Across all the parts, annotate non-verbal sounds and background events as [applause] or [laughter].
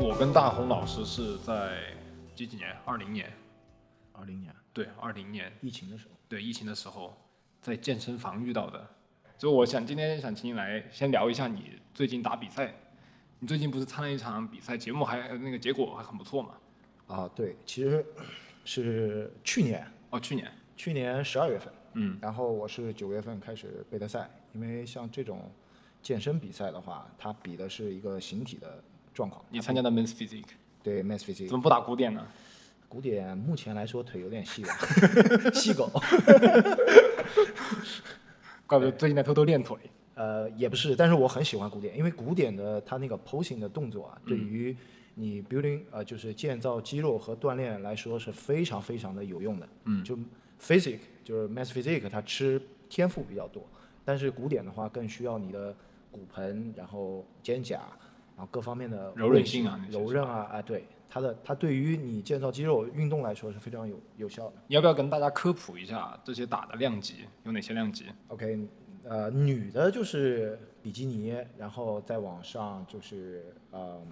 我跟大红老师是在几几年？二零年，二零年对，二零年疫情的时候，对疫情的时候，在健身房遇到的。所以我想今天想请你来先聊一下你最近打比赛，你最近不是参了一场比赛，节目还呃那个结果还很不错嘛？啊，对，其实是去年，哦，去年，去年十二月份，嗯，然后我是九月份开始备的赛，因为像这种健身比赛的话，它比的是一个形体的状况，你参加的 Men's Physique，对 m a s s Physique 怎么不打古典呢？古典目前来说腿有点细了， [laughs] 细狗，怪不得最近在偷偷练腿。呃，也不是，但是我很喜欢古典，因为古典的它那个 posing 的动作啊，嗯对于你 building 呃就是建造肌肉和锻炼来说是非常非常的有用的。嗯，就 physic 就是 mass physic 它吃天赋比较多，但是古典的话更需要你的骨盆，然后肩胛，然后各方面的柔韧性啊那些柔韧啊啊，对它的它对于你建造肌肉运动来说是非常有有效的。你要不要跟大家科普一下这些打的量级有哪些量级？ OK，呃，女的就是比基尼，然后再往上就是呃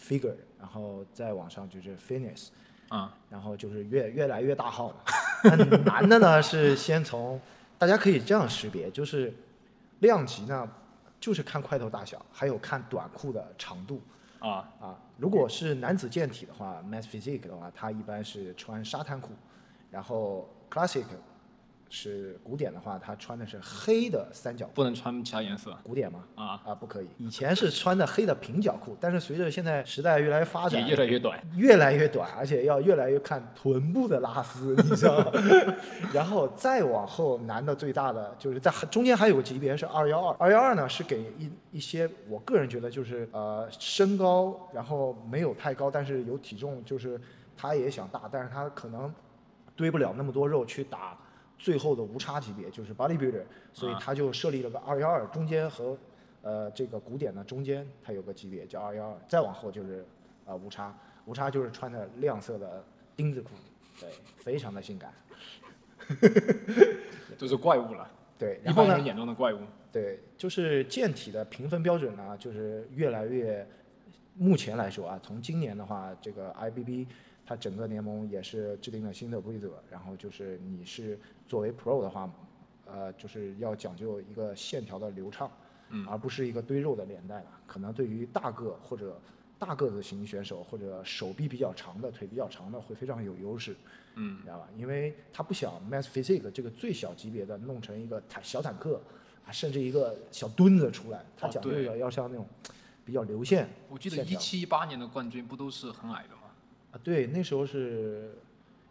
figure，然后再往上就是 fitness，啊、然后就是越越来越大号嘛。 [laughs] 那男的呢是先从，大家可以这样识别，就是量级呢就是看块头大小，还有看短裤的长度。啊，啊，如果是男子健体的话，Mass Physique 的话，它一般是穿沙滩裤，然后 Classic 是古典的话，它穿的是黑的三角裤，不能穿其他颜色古典吗？啊，啊，不可以。以前是穿的黑的平角裤，但是随着现在时代越来越发也展，越来越短。越来越短，而且要越来越看臀部的拉丝，你知道吗？然后再往后，男的最大的就是在中间还有个级别是二幺二，二幺二呢是给一一些我个人觉得就是呃身高，然后没有太高，但是有体重，就是他也想大，但是他可能堆不了那么多肉去打最后的无差级别，就是 bodybuilder，所啊以他就设立了个二幺二，中间和呃这个古典的中间它有个级别叫二幺二，再往后就是呃无差，无差就是穿着亮色的钉子裤，对，非常的性感，就是怪物了，对，一然后般呢人，眼中的怪物。对，就是健体的评分标准呢，就是越来越，目前来说啊，从今年的话，这个 IBB 它整个联盟也是制定了新的规则，然后就是你是作为 Pro 的话，呃，就是要讲究一个线条的流畅，嗯而不是一个堆肉的年代了。可能对于大个或者大个子型选手或者手臂比较长的、腿比较长的会非常有优势。嗯你知道吧？因为他不想 mass physique 这个最小级别的弄成一个坦小坦克，啊，甚至一个小墩子出来，他哦讲究对的要像那种比较流线线条。我记得一七一八年的冠军不都是很矮的吗？啊，对，那时候是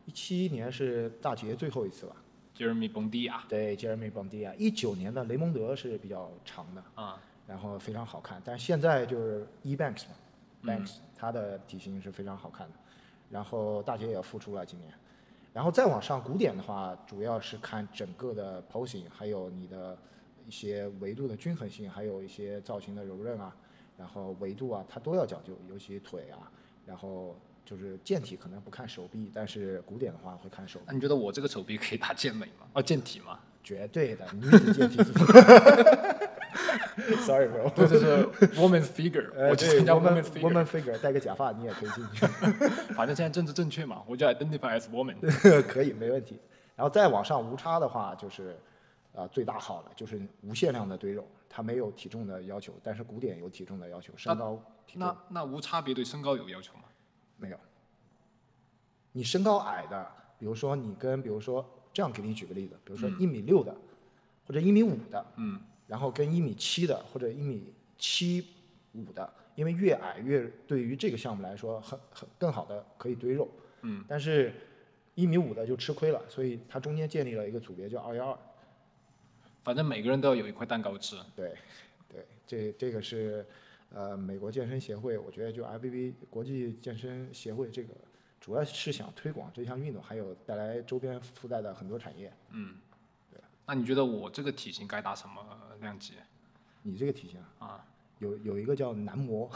一七年是大杰最后一次吧？ Jeremy 啊 Bondia 对，Jeremy b o n d i a 一九年的雷蒙德是比较长的，啊，然后非常好看，但是现在就是 E Banks 嘛、嗯 b a n k s 他的体型是非常好看的，然后大姐也复出了今年，然后再往上古典的话，主要是看整个的 posing，还有你的一些维度的均衡性，还有一些造型的柔韧啊，然后维度啊，它都要讲究，尤其腿啊，然后就是健体可能不看手臂，但是古典的话会看手臂，那你觉得我这个手臂可以打健美吗？哦，健体吗？绝对的女子健体。Sorry bro，对，这是 [laughs] Woman's [laughs] Figure，呃，我去参加我们 Woman's w o m a Figure， n figure 戴个假发你也可以进 [laughs] 去，反正现在政治正确嘛，我就 identify as woman。可以没问题。然后再往上无差的话，就是呃最大号了，就是无限量的堆肉，它没有体重的要求，但是古典有体重的要求，身高体重那那无差别对身高有要求吗？没有。你身高矮的，比如说你跟比如说这样给你举个例子，比如说一米六的、或者一米五的，嗯，然后跟一米七的或者一米七五的，因为越矮越对于这个项目来说很很更好的可以堆肉，嗯，但是一米五的就吃亏了，所以它中间建立了一个组别叫二幺二，反正每个人都要有一块蛋糕吃。对，对，这这个是呃美国健身协会，我觉得就 IBB 国际健身协会这个主要是想推广这项运动，还有带来周边附带的很多产业。那你觉得我这个体型该打什么量级你这个体型啊啊？有有一个叫男模，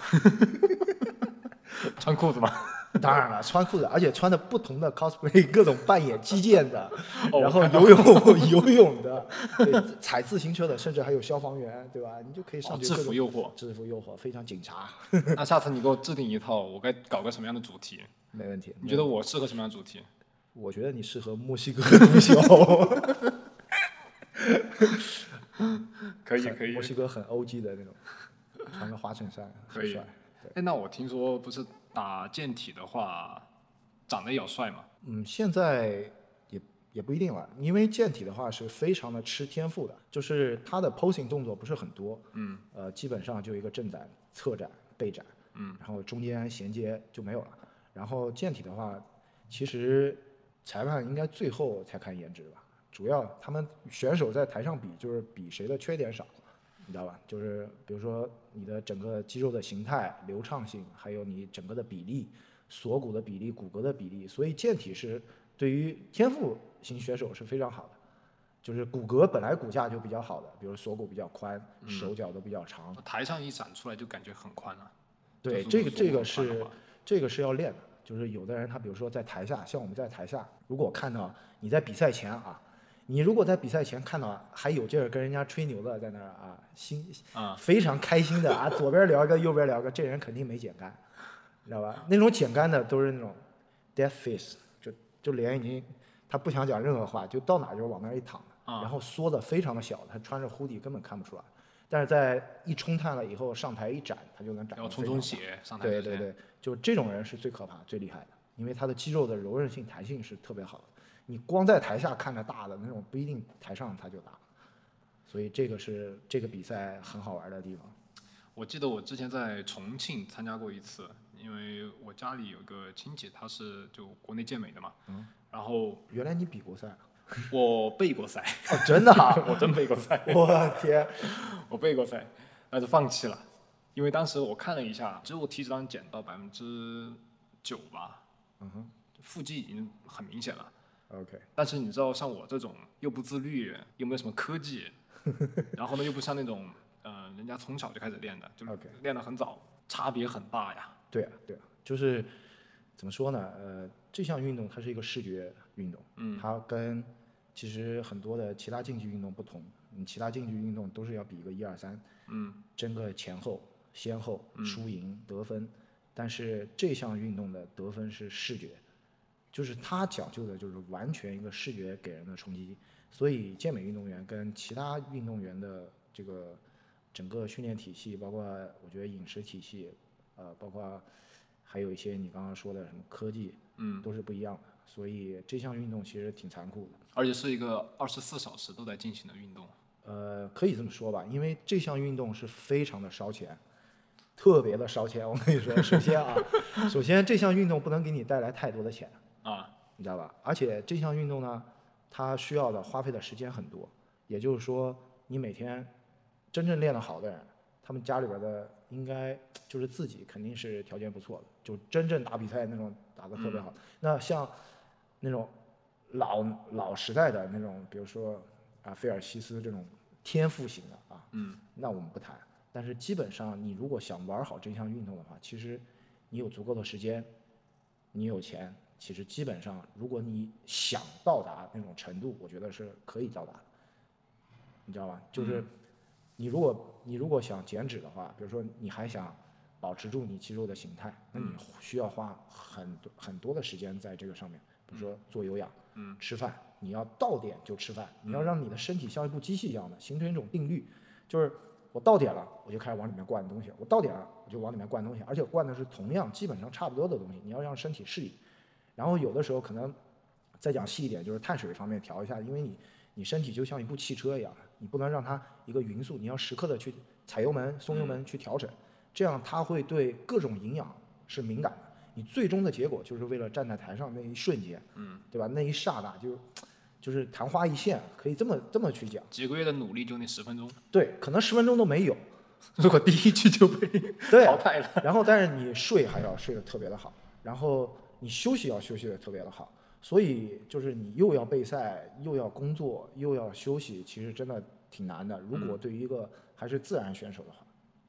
[laughs] 穿裤子吗？ [laughs] 当然了，穿裤子，而且穿的不同的 cosplay，各种 [laughs] 扮演击剑的， [laughs] 哦然后游泳 [laughs] 游泳的，对，踩自行车的，甚至还有消防员，对吧？你就可以上哦去制各服种诱 [laughs] 惑。制服诱惑，非常警察，那下次你给我制定一套，我该搞个什么样的主题？没问题。嗯你觉得我适合什么样的主题？我觉得你适合墨西哦哥毒枭， [laughs] 可 [laughs] 以很可以墨。西哥很欧 G 的那种，穿个花衬衫，啊可以很帅。哎，那我听说不是打健体的话，长得也要帅嘛？嗯，现在也也不一定了，因为健体的话是非常的吃天赋的，就是它的 posing 动作不是很多，嗯，呃，基本上就一个正展、侧展、背展，嗯，然后中间衔接就没有了。然后健体的话，其实裁判应该最后才看颜值吧，主要他们选手在台上比就是比谁的缺点少，你知道吧？就是比如说你的整个肌肉的形态、流畅性，还有你整个的比例、锁骨的比例、骨骼的比例，所以健体是对于天赋型选手是非常好的。就是骨骼本来骨架就比较好的，比如锁骨比较宽，手脚都比较长，台上一展出来就感觉很宽了、啊对，就是如这个这果个说我看是的话这个是要练的，就是有的人他比如说在台下，像我们在台下，如果看到你在比赛前啊，你如果在比赛前看到还有劲儿跟人家吹牛的在那儿啊，心啊非常开心的啊，左边聊一个右边聊一个，这人肯定没剪干，你知道吧？那种剪干的都是那种 death face，就就脸已经他不想讲任何话，就到哪就往那儿一躺的，啊然后缩的非常的小，他穿着 hoodie 根本看不出来。但是在一冲碳了以后，上台一展，他就能展。然后冲冲血上台对之前对对，就这种人是最可怕、最厉害的，因为他的肌肉的柔韧性、弹性是特别好的。你光在台下看着大的那种，不一定台上他就大。所以这个是这个比赛很好玩的地方。我记得我之前在重庆参加过一次，因为我家里有个亲戚，他是就国内健美的嘛，嗯然后原来你比过赛啊？我备过 [laughs] 赛，哦，真的啊！我真备过赛， [laughs] 我天， [laughs] 我备过赛，但是放弃了，因为当时我看了一下，只有我体脂肪减到百分之九吧，嗯哼腹肌已经很明显了。 ，OK，但是你知道，像我这种又不自律，又没有什么科 [laughs] 技，然后呢又不像那种呃人家从小就开始练的，就是 OK 练得很早，差别很大呀。对啊，对啊，就是怎么说呢？呃，这项运动它是一个视觉运动，嗯，它跟其实很多的其他竞技运动不同，你其他竞技运动都是要比一个一二三，嗯，争个前后、先后、输赢、得分，但是这项运动的得分是视觉，就是它讲究的就是完全一个视觉给人的冲击，所以健美运动员跟其他运动员的这个整个训练体系，包括我觉得饮食体系，呃，包括还有一些你刚刚说的什么科技，嗯，都是不一样的。所以这项运动其实挺残酷的。而且是一个二十四小时都在进行的运动。呃，可以这么说吧，因为这项运动是非常的烧钱，特别的烧钱。我跟你说，首先啊，首先这项运动不能给你带来太多的钱，啊，你知道吧？而且这项运动呢，它需要的花费的时间很多，也就是说，你每天真正练得好的人，他们家里边的应该就是自己肯定是条件不错的，就真正打比赛那种打得特别好。那像那种老老时代的那种，比如说啊菲尔西斯这种天赋型的啊，嗯，那我们不谈。但是基本上，你如果想玩好这项运动的话，其实你有足够的时间，你有钱，其实基本上，如果你想到达那种程度，我觉得是可以到达的，你知道吧？就是嗯你如果你如果想减脂的话，比如说你还想保持住你肌肉的形态，那嗯你需要花很多很多的时间在这个上面，比如说做有氧，嗯，吃饭，你要到点就吃饭，你要让你的身体像一部机器一样的形成一种定律，就是我到点了，我就开始往里面灌东西；我到点了，我就往里面灌东西，而且灌的是同样基本上差不多的东西，你要让身体适应。然后有的时候可能再讲细一点，就是碳水方面调一下，因为你你身体就像一部汽车一样，你不能让它一个匀速，你要时刻的去踩油门、松油门去调整，这样它会对各种营养是敏感的。你最终的结果就是为了站在台上那一瞬间，嗯，对吧？那一刹那就就是昙花一现，可以这么这么去讲。几个月的努力就那十分钟， [laughs] 对，可能十分钟都没有，如果第一句就被 [laughs] 对啊淘汰了，然后但是你睡还要睡得特别的好，然后你休息要休息得特别的好，所以就是你又要备赛，又要工作，又要休息，其实真的挺难的。如果对于一个还是自然选手的话，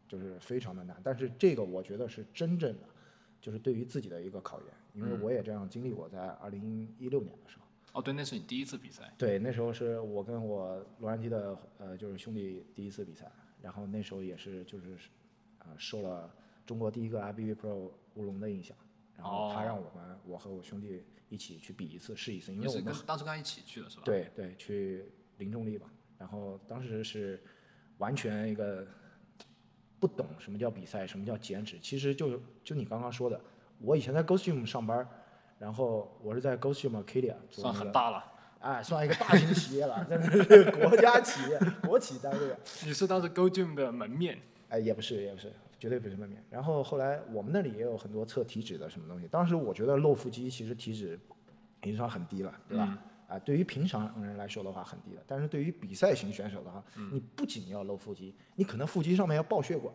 就是非常的难。但是这个我觉得是真正的就是对于自己的一个考验，因为我也这样经历过，在二零一六年的时候，哦，对，那是你第一次比赛，对，那时候是我跟我洛杉矶的呃就是兄弟第一次比赛，然后那时候也是就是呃受了中国第一个 IBB Pro 乌龙的影响，然后他哦让我们、我和我兄弟一起去比一次试一次，因你为我是们跟当时跟他一起去的是吧？，对对，去零重力吧。然后当时是完全一个不懂什么叫比赛，什么叫减脂。其实就就你刚刚说的，我以前在 Ghost Gym 上班儿，然后我是在 Ghost Gym Acadia 做算那很个，大了。哎，算一个大型企业了， [laughs] 真的是国家企业、国企单位。你是当时 Go Gym 的门面，哎，也不是，也不是，绝对不是焖面。然后后来我们那里也有很多测体脂的什么东西。当时我觉得露腹肌其实体脂平常很低了，对吧？啊，对于平常人来说的话很低了，但是对于比赛型选手的话，你不仅要露腹肌，你可能腹肌上面要爆血管，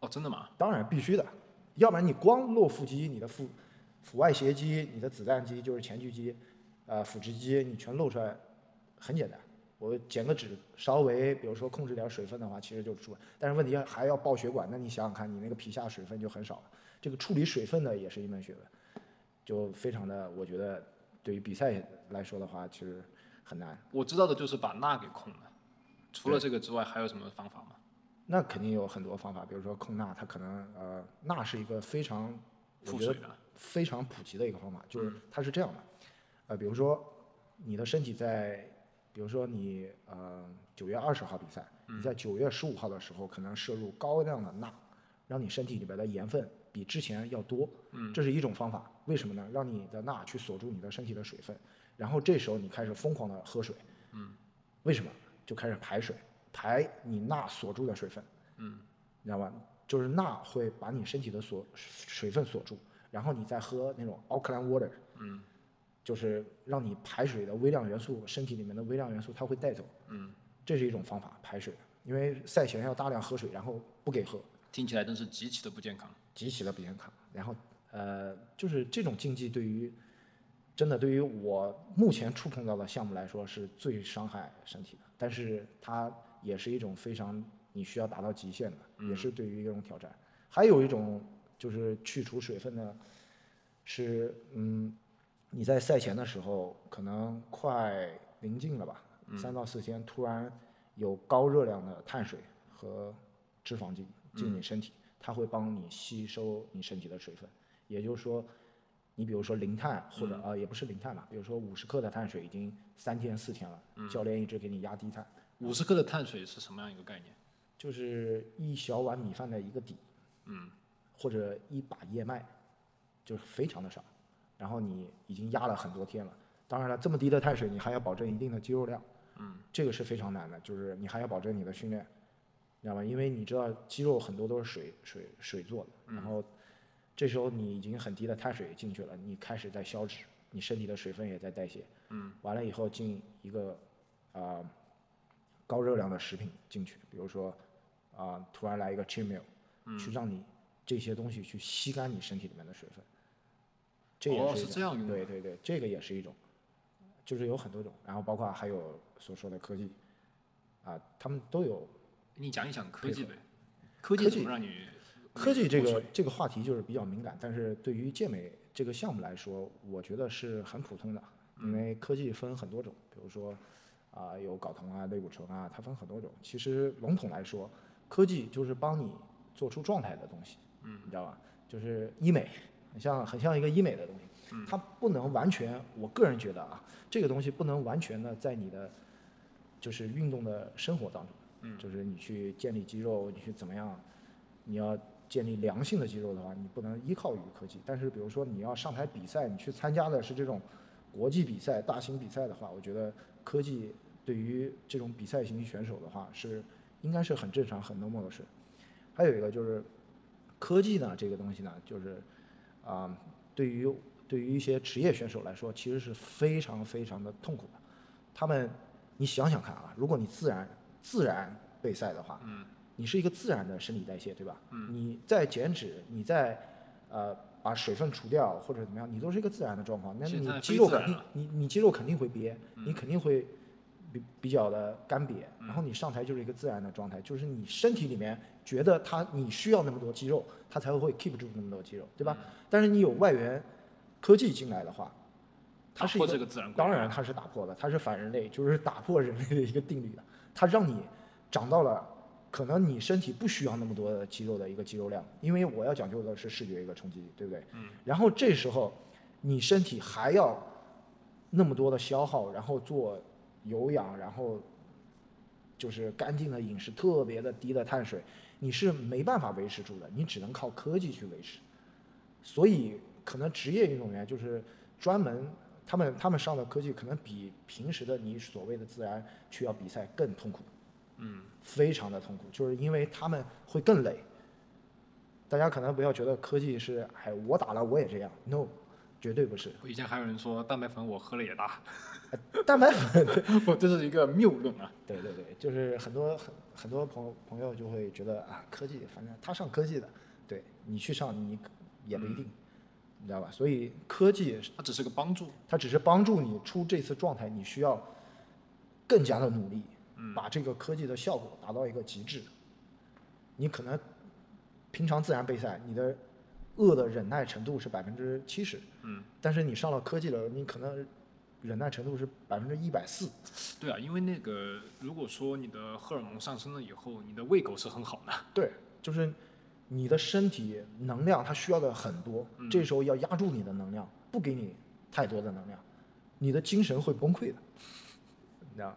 哦，真的吗？当然必须的，要不然你光露腹肌，你的腹腹外斜肌、你的子弹肌就是前锯肌，呃，腹直肌你全露出来，很简单。我减个脂，稍微比如说控制点水分的话，其实就出来。但是问题还要爆血管，那你想想看，你那个皮下水分就很少了。这个处理水分呢，也是一门学问，就非常的，我觉得对于比赛来说的话，其实很难。我知道的就是把钠给控了。除了这个之外，还有什么方法吗？那肯定有很多方法，比如说控钠，它可能呃，钠是一个非常，我腹觉得水的，非常普及的一个方法，就是它是这样的，呃，比如说你的身体在，比如说你呃九月二十号比赛，你在九月十五号的时候可能摄入高量的钠，让你身体里边的盐分比之前要多，这是一种方法。为什么呢？让你的钠去锁住你的身体的水分，然后这时候你开始疯狂的喝水，为什么？就开始排水，排你钠锁住的水分，你知道吧？就是钠会把你身体的锁水分锁住，然后你再喝那种 alkaline water，嗯，就是让你排水的微量元素，身体里面的微量元素它会带走，嗯，这是一种方法排水的，因为赛前要大量喝水，然后不给喝，听起来真是极其的不健康。极其的不健康。然后呃，就是这种竞技对于真的对于我目前触碰到的项目来说是最伤害身体的，但是它也是一种非常你需要达到极限的，也是对于一种挑战。还有一种就是去除水分呢，是嗯，你在赛前的时候可能快临近了吧，三到四天突然有高热量的碳水和脂肪进进你身体，它会帮你吸收你身体的水分。也就是说，你比如说零碳或者、呃也不是零碳吧，比如说五十克的碳水已经三天四天了，教练一直给你压低碳，五十克的碳水是什么样一个概念？就是一小碗米饭的一个底，嗯，或者一把燕麦，就是非常的少。然后你已经压了很多天了，当然了，这么低的碳水，你还要保证一定的肌肉量，嗯，这个是非常难的，就是你还要保证你的训练，你知道吗？因为你知道肌肉很多都是水水水做嗯的，然后这时候你已经很低的碳水进去了，你开始在消脂，你身体的水分也在代谢，嗯，完了以后进一个啊、呃高热量的食品进去，比如说啊、突然来一个 cheat meal，、去嗯让你这些东西去吸干你身体里面的水分，这也哦是一是这样用的对对对，这个也是一种，就是有很多种，然后包括还有所说的科技，啊、他们都有你讲一讲科技呗，科技怎么让你科技这补个水这个话题就是比较敏感，但是对于健美这个项目来说，我觉得是很普通的，因为科技分很多种，比如说啊、有睾酮啊、类固醇啊，它分很多种。其实笼统来说，科技就是帮你做出状态的东西，嗯，你知道吧？就是医美，很像很像一个医美的东西，它不能完全，我个人觉得啊，这个东西不能完全的在你的就是运动的生活当中，嗯，就是你去建立肌肉，你去怎么样，你要建立良性的肌肉的话，你不能依靠于科技。但是比如说你要上台比赛，你去参加的是这种国际比赛、大型比赛的话，我觉得科技对于这种比赛型选手的话是应该是很正常、很 normal 的事。还有一个就是科技呢，这个东西呢，就是啊、对于对于一些职业选手来说，其实是非常非常的痛苦的。他们，你想想看啊，如果你自然自然备赛的话，嗯，你是一个自然的生理代谢，对吧？嗯，你在减脂，你在呃把水分除掉或者怎么样，你都是一个自然的状况。那嗯现在非你肌肉自肯然定了，你你肌肉肯定会憋，你肯定会比比较的干瘪，然后你上台就是一个自然的状态，就是你身体里面觉得它你需要那么多肌肉，它才会会 keep 住那么多肌肉，对吧？但是你有外援科技进来的话，它打是一破个这个自然规律。啊当然它是打破了，它是反人类，就是打破人类的一个定律的。它让你长到了可能你身体不需要那么多的肌肉的一个肌肉量，因为我要讲究的是视觉一个冲击力，对不对？嗯。然后这时候你身体还要那么多的消耗，然后做有氧，然后就是干净的饮食，特别的低的碳水，你是没办法维持住的，你只能靠科技去维持。所以可能职业运动员就是专门他们他们上的科技可能比平时的你所谓的自然去要比赛更痛苦，嗯，非常的痛苦，就是因为他们会更累。大家可能不要觉得科技是哎我打了我也这样，no，绝对不是。我以前还有人说蛋白粉我喝了也 [laughs] 大，蛋白粉，不，这是一个谬论啊。对对对，就是很多很很多朋友朋友就会觉得啊科技，反正他上科技的，对你去上你也不一定，你知道吧？所以科技它只是个帮助。它只是帮助你出这次状态，你需要更加的努力，嗯把这个科技的效果达到一个极致。你可能平常自然备赛，你的饿的忍耐程度是百分之七十，嗯，但是你上了科技了，你可能忍耐程度是百分之一百四。对啊，因为那个如果说你的荷尔蒙上升了以后，你的胃口是很好的。 [laughs] 对，就是你的身体能量它需要的很多，这时候要压住你的能量，不给你太多的能量，你的精神会崩溃的，你知道吗？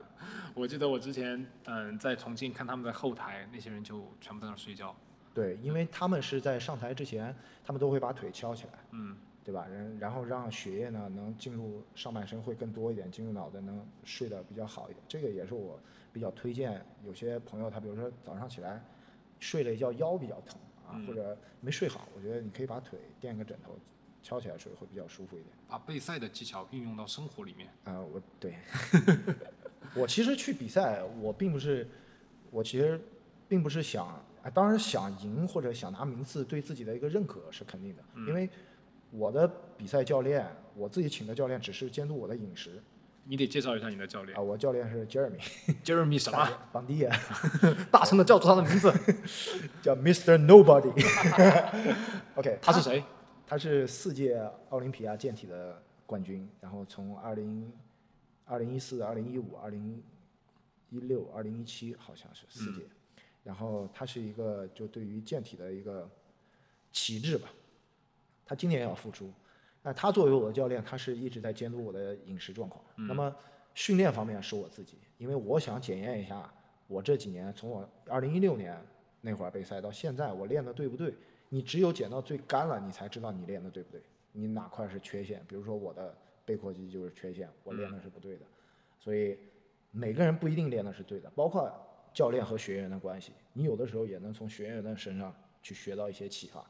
我记得我之前嗯在重庆看他们在后台，那些人就全部在那儿睡觉。对，因为他们是在上台之前，他们都会把腿翘起来，嗯，对吧？然然后让血液呢能进入上半身会更多一点，进入脑袋能睡得比较好一点。这个也是我比较推荐。有些朋友他比如说早上起来睡了一觉腰比较疼啊，或者没睡好，我觉得你可以把腿垫个枕头翘起来睡会比较舒服一点。把备赛的技巧运用到生活里面。啊、我 [laughs] 对，我其实去比赛，我并不是，我其实并不是想，啊，当然想赢或者想拿名次，对自己的一个认可是肯定的，嗯因为我的比赛教练，我自己请的教练只是监督我的饮食你得介绍一下你的教啊、练我教练是 Jeremy， Jeremy 什么？邦迪耶， [laughs] 大声的叫出他的 [laughs] 名字，叫 Mr. [laughs] Nobody。OK，他是谁？他是四届奥林匹亚健体的冠军，然后从二零二零一四、二零一五、二零一六、二零一七好像是四届，然后他是一个就对于健体的一个旗帜吧，他今年也要复出。那他作为我的教练，他是一直在监督我的饮食状况。那么训练方面是我自己，因为我想检验一下我这几年从我二零一六年那会儿备赛到现在我练的对不对。你只有减到最干了，你才知道你练的对不对，你哪块是缺陷。比如说我的背阔肌就是缺陷，我练的是不对的，所以每个人不一定练的是对的，包括教练和学员的关系，你有的时候也能从学员的身上去学到一些启发。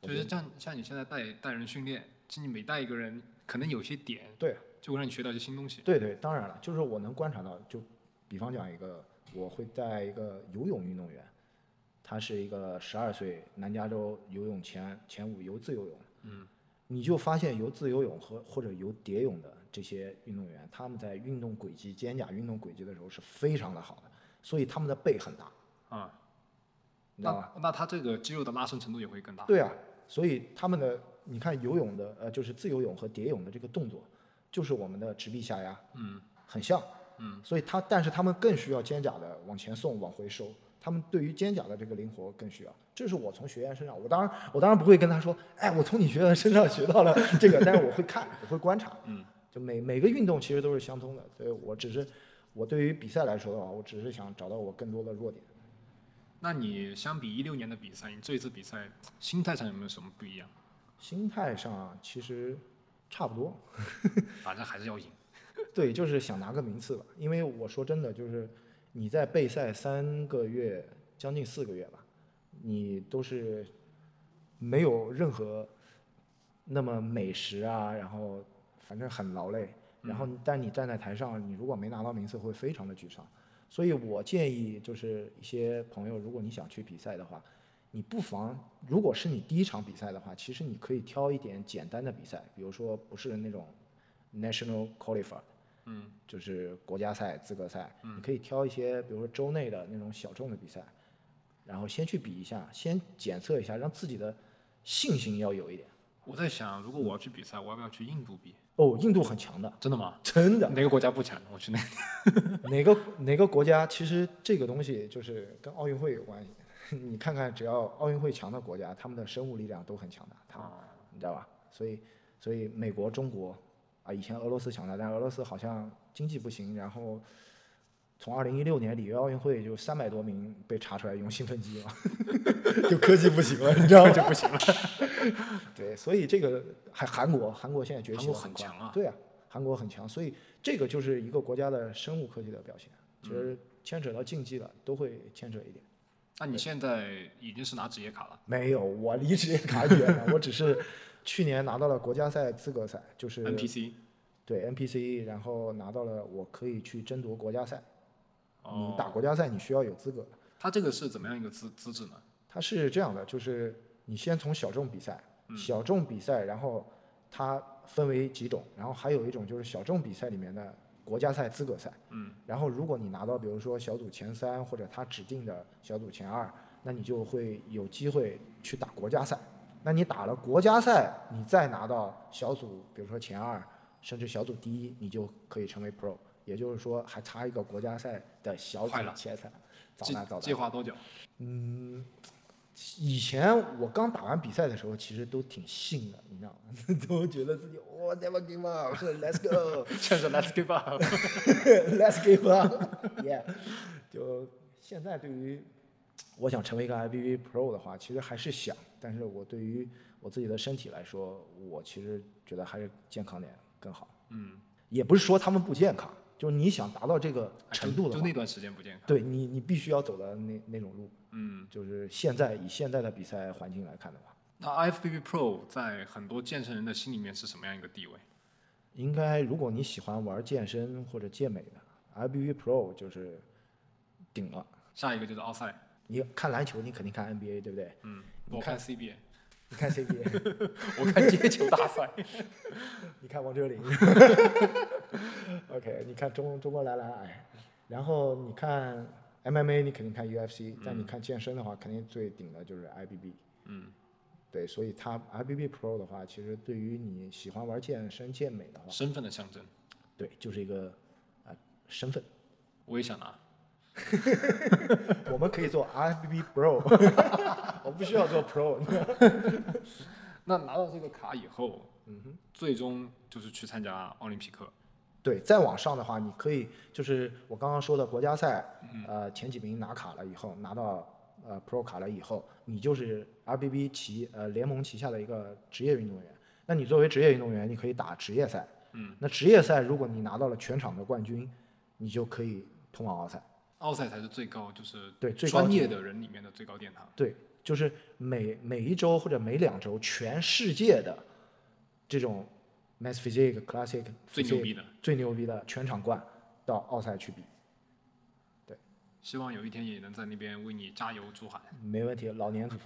我就觉得是像像你现在带带人训练，其实你每带一个人，可能有些点对就会让你学到一些新东西。对对，当然了，就是我能观察到，就比方讲一个，我会带一个游泳运动员，他是一个十二岁南加州游泳前前五游自由泳，嗯，你就发现游自由泳和或者游蝶泳的这些运动员，他们在运动轨迹、肩胛运动轨迹的时候是非常的好的，所以他们的背很大，啊，你知道吗？那那他这个肌肉的拉伸程度也会更大。对啊，所以他们的你看游泳的呃，就是自由泳和蝶泳的这个动作，就是我们的直臂下压，嗯，很像，嗯，所以他但是他们更需要肩胛的往前送、往回收，他们对于肩胛的这个灵活更需要。这是我从学员身上，我当然我当然不会跟他说，哎，我从你学员身上学到了这个，但是我会看，我会观察，嗯，就每每个运动其实都是相通的，所以我只是我对于比赛来说的话，我只是想找到我更多的弱点。那你相比一六年的比赛，你这一次比赛心态上有没有什么不一 [laughs] 样？心态上啊其实差不多，反正还是要赢。对，就是想拿个名次吧。因为我说真的，就是你在备赛三个月，将近四个月吧，你都是没有任何那么美食啊，然后反正很劳累。然后，但你站在台上，你如果没拿到名次，会非常的沮丧。所以我建议，就是一些朋友，如果你想去比赛的话，你不妨，如果是你第一场比赛的话，其实你可以挑一点简单的比赛，比如说不是那种 national qualifier，嗯就是国家赛、资格赛，你可以挑一些，比如说州内的那种小众的比赛，然后先去比一下，先检测一下，让自己的信心要有一点。我在想，如果我要去比赛，我要不要去印度比？哦，印度很强的，真的吗？真的，哪个国家不强？我 [laughs] 去那个。哪个哪个国家其实这个东西就是跟奥运会有关系。 [laughs] 你看看，只要奥运会强的国家，他们的生物力量都很强大，他们你知道吧？所以所以美国、中国啊，以前俄罗斯强大，但俄罗斯好像经济不行，然后从二零一六年里约奥运会就三百多名被查出来用兴奋剂嘛，就科技不行了， [laughs] 你 [laughs] 知道吗？就不行了。 [laughs] 对，所以这个还韩国，韩国现在崛韩起国得很快强啊对啊，韩国很强，所以这个就是一个国家的生物科技的表现。嗯其实牵扯到竞技了，都会牵扯一点。那你现在已经是拿职业卡了？没有，我离职业卡远了，我只是去年拿到了国家赛资格赛，就是 NPC 对 NPC，然后拿到了我可以去争夺国家赛。哦你打国家赛，你需要有资格的。他这个是怎么样一个资资质呢？它是这样的，就是你先从小众比赛，小众比赛，然后它分为几种，然后还有一种就是小众比赛里面的国家赛资格赛。嗯。然后如果你拿到比如说小组前三或者他指定的小组前二，那你就会有机会去打国家赛。那你打了国家赛，你再拿到小组，比如说前二，甚至小组第一，你就可以成为 pro。也就是说，还差一个国家赛的小组快了前三。早计拿早拿。计划多久？嗯，以前我刚打完比赛的时候，其实都挺信的，你知道吗？ [laughs] 都觉得自己我、never give [laughs] up，let's [laughs] go，let's 现在 Let's give [laughs] up。 give [laughs] up，yeah。就现在对于我想成为一个 IBB Pro 的话，其实还是想，但是我对于我自己的身体来说，我其实觉得还是健康点更好。嗯，也不是说他们不健康，就是你想达到这个哎程就度的就话，那段时间不健康。对你你必须要走的那那种路。嗯，就是现在以现在的比赛环境来看的话，那 IFBB Pro 在很多健身人的心里面是什么样一个地位？应该如果你喜欢玩健身或者健美的，IBB Pro 就是顶了。下一个就是奥赛，你看篮球，你肯定看 NBA，对不对？嗯，你我看 CBA，你看 CBA， [laughs] 我看街球大赛， [laughs] 你看王哲林 [laughs] ，OK，你看中中国男篮，哎，然后你看 MMA，你肯定看 UFC，但你看健身的话，肯定最顶的就是 IBB。 [laughs] 嗯，对，所以它 IBB Pro 的话，其实对于你喜欢玩健身健美的话，身份的象征，对，就是一个啊、身份。我也想拿。 [laughs] 我们可以做 RBB [laughs] Pro，我不需要做 Pro 你知道吗。那拿到这个卡以后，最终就是去参加奥林匹克。对，再往上的话，你可以就是我刚刚说的国家赛，嗯呃，前几名拿卡了以后，拿到呃 Pro 卡了以后，你就是 RBB 旗呃联盟旗下的一个职业运动员。那你作为职业运动员，你可以打职业赛。嗯，那职业赛如果你拿到了全场的冠军，你就可以通往奥赛。奥赛才是最高，就是对最高专业级的人里面的最高殿堂。对，就是每每一周或者每两周，全世界的这种 Mass Physique Classic 最牛逼 Physique 的最牛逼的全场冠到奥赛去比，希望有一天也能在那边为你加油助喊。没问题。老年组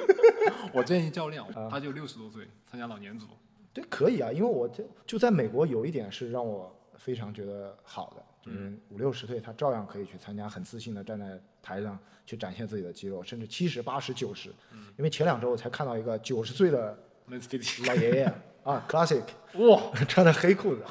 [laughs] 我建议啊教练，他就六十多岁，参加老年组。对可以啊，因为我就就在美国有一点是让我非常觉得好的，就是五六十岁他照样可以去参加，很自信的站在台上去展现自己的肌肉，甚至七十、八十、九十。因为前两周我才看到一个九十岁的那这里老爷爷啊，Classic。哇， [laughs] 穿的黑裤子。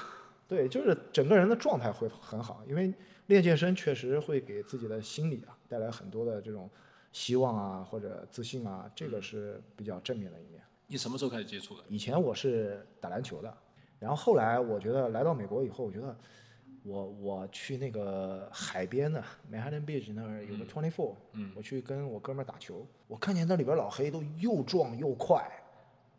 对，就是整个人的状态会很好，因为练健身确实会给自己的心理啊带来很多的这种希望啊或者自信啊，这个是比较正面的一面。你什么时候开始接触的？以前我是打篮球的，然后后来我觉得来到美国以后，我觉得我我去那个海边的 Manhattan Beach 那儿有个 Twenty Four，嗯我去跟我哥们儿打球，我看见那里边老黑都又壮又快，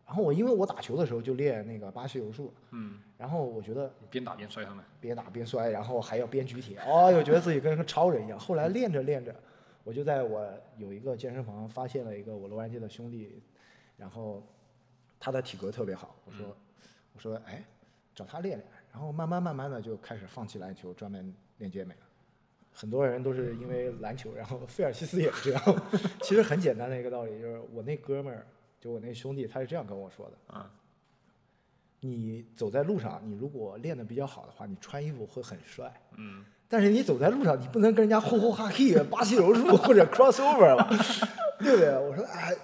然后我因为我打球的时候就练那个巴西柔术，嗯，然后我觉得你边打边摔上来。边打边摔，然后还要边举铁，哦哟，觉得自己跟个超人一样。后来练着练着，我就在我有一个健身房发现了一个我洛杉矶的兄弟，然后他的体格特别好，我说、我说哎，找他练练，然后慢慢慢慢的就开始放弃篮球，专门练健美了。很多人都是因为篮球，然后 [laughs] 菲尔西斯也是这样。 [laughs] 其实很简单的一个道理，就是我那哥们儿，就我那兄弟，他是这样跟我说的：啊，你走在路上，你如果练得比较好的话，你穿衣服会很帅。嗯，但是你走在路上，你不能跟人家吼吼哈嘿、 [laughs] 巴西柔术或者 crossover 了， [laughs] 对不对？我说哎，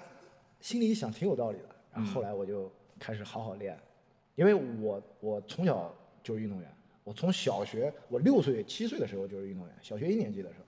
心里一想挺有道理的。然后后来我就开始好好练，因为我我从小就是运动员，我从小学我六岁七岁的时候就是运动员，小学一年级的时候。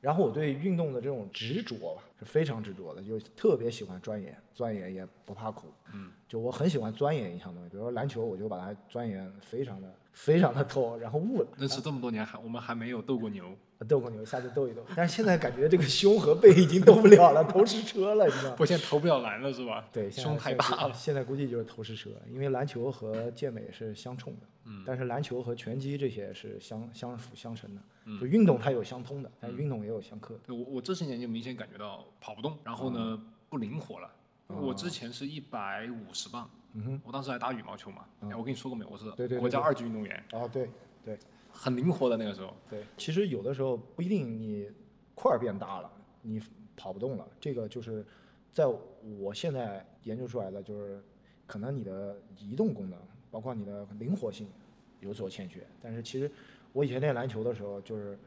然后我对运动的这种执着吧是非常执着的，就特别喜欢钻研，钻研也不怕苦。嗯，就我很喜欢钻研一项东西，比如说篮球，我就把它钻研非常的非常的透，然后悟了。认识这么多年还我们还没有斗过牛。斗过牛，下次斗一斗。但是现在感觉这个胸和背已经斗不了了，投石车了，你知道吗？不，现在投不了篮了是吧？对，现在胸太大了。现在估计就是投石车，因为篮球和健美是相冲的，嗯但是篮球和拳击这些是相相辅相成的，嗯就运动它有相通的，但运动也有相克的。对我我这些年就明显感觉到跑不动，然后呢、嗯不灵活了。我之前是一百五十磅，哦嗯哼，我当时还打羽毛球嘛。哎，我跟你说过没有？我是对对对国家对二级运动员，啊，对对很灵活的那个时候。对，其实有的时候不一定你块儿变大了，你跑不动了，这个就是在我现在研究出来的，就是可能你的移动功能，包括你的灵活性有所欠缺。但是其实我以前练篮球的时候，就是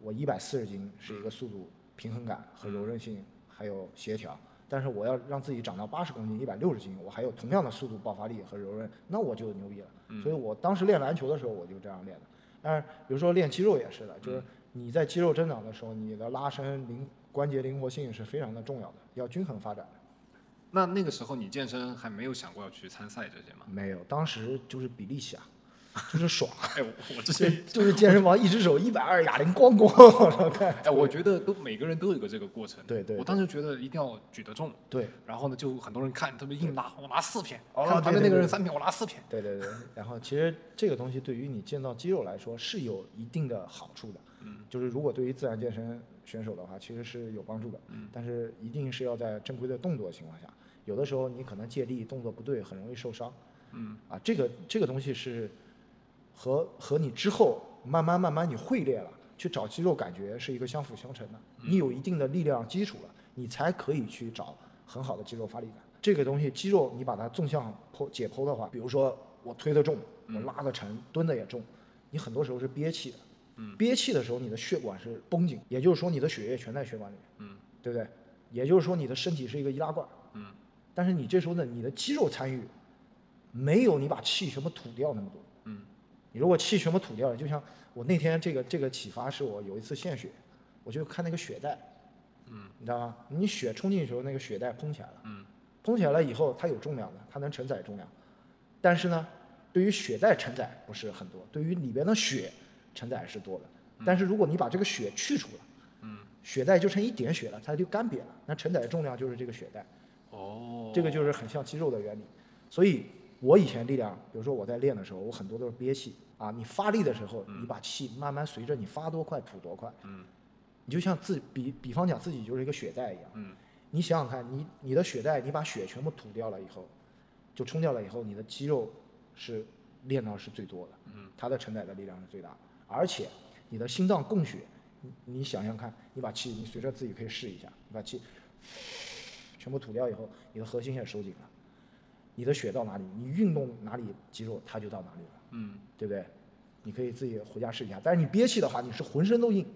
我一百四十斤是一个速度、平衡感和柔韧性，还有协调。但是我要让自己长到八十公斤、一百六十斤，我还有同样的速度、爆发力和柔韧，那我就牛逼了。所以我当时练篮球的时候，我就这样练的。但是比如说练肌肉也是的，就是你在肌肉增长的时候，你的拉伸灵关节灵活性是非常的重要的，要均衡发展的。那那个时候你健身还没有想过要去参赛这些吗？没有，当时就是比利时啊，就是爽，哎，我我之前 [laughs] 就是健身房一只手一百二哑铃咣咣往上看。哎，我觉得都每个人都有个这个过程。对对我当时觉得一定要举得重，对然后呢，就很多人看特别硬拉，我拿四片，哦看旁对对边那个对人三片，我拿四片。对对对，然后其实这个东西对于你建造肌肉来说是有一定的好处的，嗯，就是如果对于自然健身选手的话，其实是有帮助的，嗯，但是一定是要在正规的动作情况下，有的时候你可能借力动作不对，很容易受伤，嗯，啊，这个这个东西是和和你之后慢慢慢慢你会练了，去找肌肉感觉是一个相辅相成的。你有一定的力量基础了，你才可以去找很好的肌肉发力感。这个东西肌肉你把它纵向剖解剖的话，比如说我推得重，我拉得沉，蹲得也重，你很多时候是憋气的。憋气的时候，你的血管是绷紧，也就是说你的血液全在血管里面，嗯，对不对？也就是说你的身体是一个易拉罐，嗯，但是你这时候呢，你的肌肉参与没有你把气全部吐掉那么多。嗯，你如果气全部吐掉了，就像我那天这个这个启发是我有一次献血，我就看那个血袋，嗯，你知道吗？你血冲进去的时候，那个血袋膨起来了，嗯膨起来了以后，它有重量的，它能承载重量，但是呢，对于血袋承载不是很多，对于里边的血承载是多的。但是如果你把这个血去除了，嗯，血袋就剩一点血了，它就干瘪了，那承载的重量就是这个血袋。哦，这个就是很像肌肉的原理。所以我以前力量，比如说我在练的时候，我很多都是憋气啊。你发力的时候，你把气慢慢随着你发多快吐多快，嗯你就像自比比方讲自己就是一个血袋一样。嗯你想想看，你你的血袋，你把血全部吐掉了以后，就冲掉了以后，你的肌肉是练到是最多的，嗯，它的承载的力量是最大的，而且你的心脏供血，你你想想看，你把气，你随着自己可以试一下，你把气全部吐掉以后，你的核心也收紧了，你的血到哪里，你运动哪里肌肉，它就到哪里了，嗯，对不对？你可以自己回家试一下，但是你憋气的话，你是浑身都硬，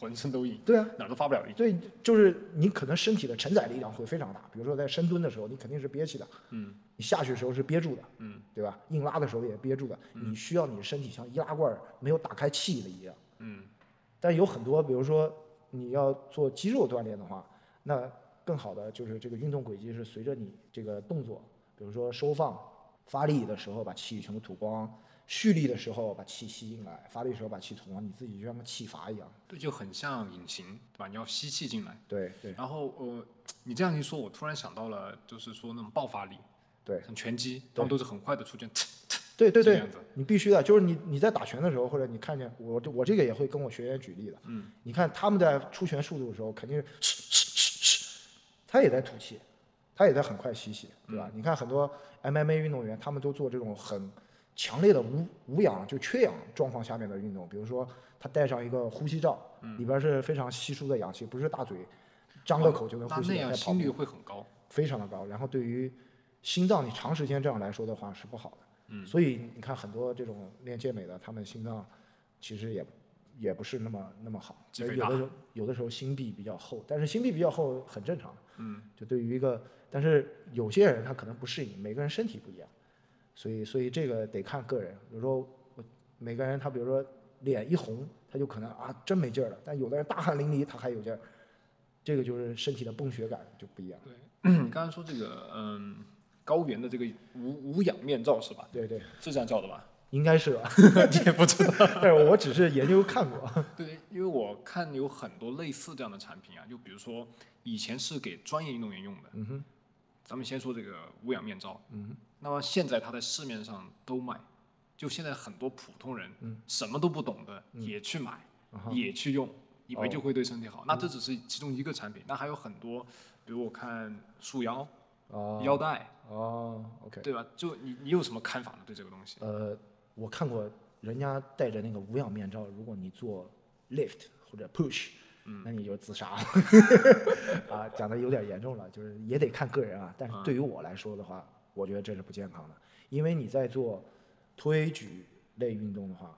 浑身都硬，对啊，哪儿都发不了力。对，就是你可能身体的承载力量会非常大。比如说在深蹲的时候，你肯定是憋气的，嗯你下去的时候是憋住的，嗯对吧？硬拉的时候也憋住的，你需要你的身体像易拉罐儿没有打开气的一样。嗯但有很多，比如说你要做肌肉锻炼的话，那更好的就是这个运动轨迹是随着你这个动作，比如说收放、发力的时候把气全部吐光，蓄力的时候把气吸进来，发力的时候把气吐光，你自己就像个气阀一样。对，就很像引擎，对吧？你要吸气进来。对对然后呃，你这样一说，我突然想到了，就是说那种爆发力，对，像拳击，他们都是很快的出拳，对对这对样子，你必须的，就是你你在打拳的时候，或者你看见我这我这个也会跟我学员举例的，嗯，你看他们在出拳速度的时候，肯定是嗤嗤嗤嗤，他也在吐气，他也在很快吸气，嗯对吧？你看很多 MMA 运动员，他们都做这种很强烈的无无氧就缺氧状况下面的运动，比如说他戴上一个呼吸罩，嗯里边是非常稀疏的氧气，不是大嘴张个口就能那呼吸哦那的，样在跑心步率会很高。非常的高，然后对于心脏你长时间这样来说的话是不好的。嗯所以你看很多这种练健美的，他们心脏其实也也不是那么那么好，肌有肥的大时候有的时候心壁比较厚，但是心壁比较厚很正常。嗯，就对于一个，但是有些人他可能不适应，每个人身体不一样，所以所以这个得看个人。比如说我每个人他比如说脸一红，他就可能啊真没劲儿了，但有的人大汗淋漓他还有劲儿，这个就是身体的泵血感就不一样。你刚才说这个嗯高原的这个无无氧面罩是吧？对对，是这样叫的 [laughs] 吧？应该是吧？也不知道。 [laughs] 但是我只是研究看过。对，因为我看有很多类似这样的产品啊，就比如说以前是给专业运动员用的，嗯哼，咱们先说这个无氧面罩，嗯哼。那么现在它在市面上都卖，就现在很多普通人，嗯什么都不懂的也去买，啊哈也去用，以为哦就会对身体好。那这只是其中一个产品，那还有很多，比如我看束腰、哦腰带，哦，OK，对吧？就你你有什么看法呢？对这个东西？呃，我看过人家戴着那个无氧面罩，如果你做 lift 或者 push，那你就 [laughs] 自杀了。啊，讲的有点严重了，就是也得看个人啊。但是对于我来说的话，我觉得这是不健康的，因为你在做推举类运动的话，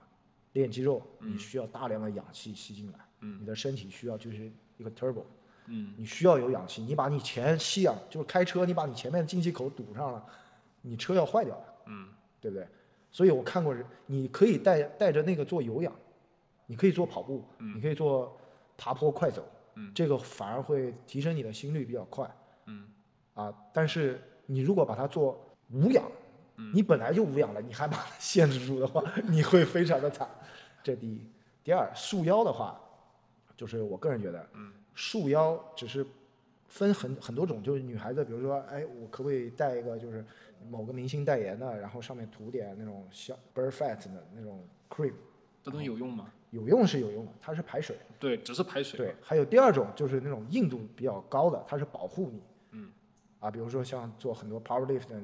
练肌肉，你需要大量的氧气吸进来，嗯你的身体需要就是一个 turbo，嗯，你需要有氧气，你把你前吸氧，就是开车，你把你前面的进气口堵上了，你车要坏掉了，嗯，对不对？所以我看过人，你可以带带着那个做有氧，你可以做跑步，你可以做爬坡快走，嗯这个反而会提升你的心率比较快，嗯，啊，但是你如果把它做无氧，你本来就无氧了，你还把它限制住的话， [laughs] 你会非常的惨，这第一。第二，束腰的话，就是我个人觉得，束腰只是分很很多种，就是女孩子，比如说，哎，我可不可以带一个就是某个明星代言的，然后上面涂点那种小 Bare Fat 的那种 cream，这东西有用吗？有用是有用的，它是排水。哦对，只是排水。对，还有第二种就是那种硬度比较高的，它是保护你。嗯。啊，比如说像做很多 power lift 的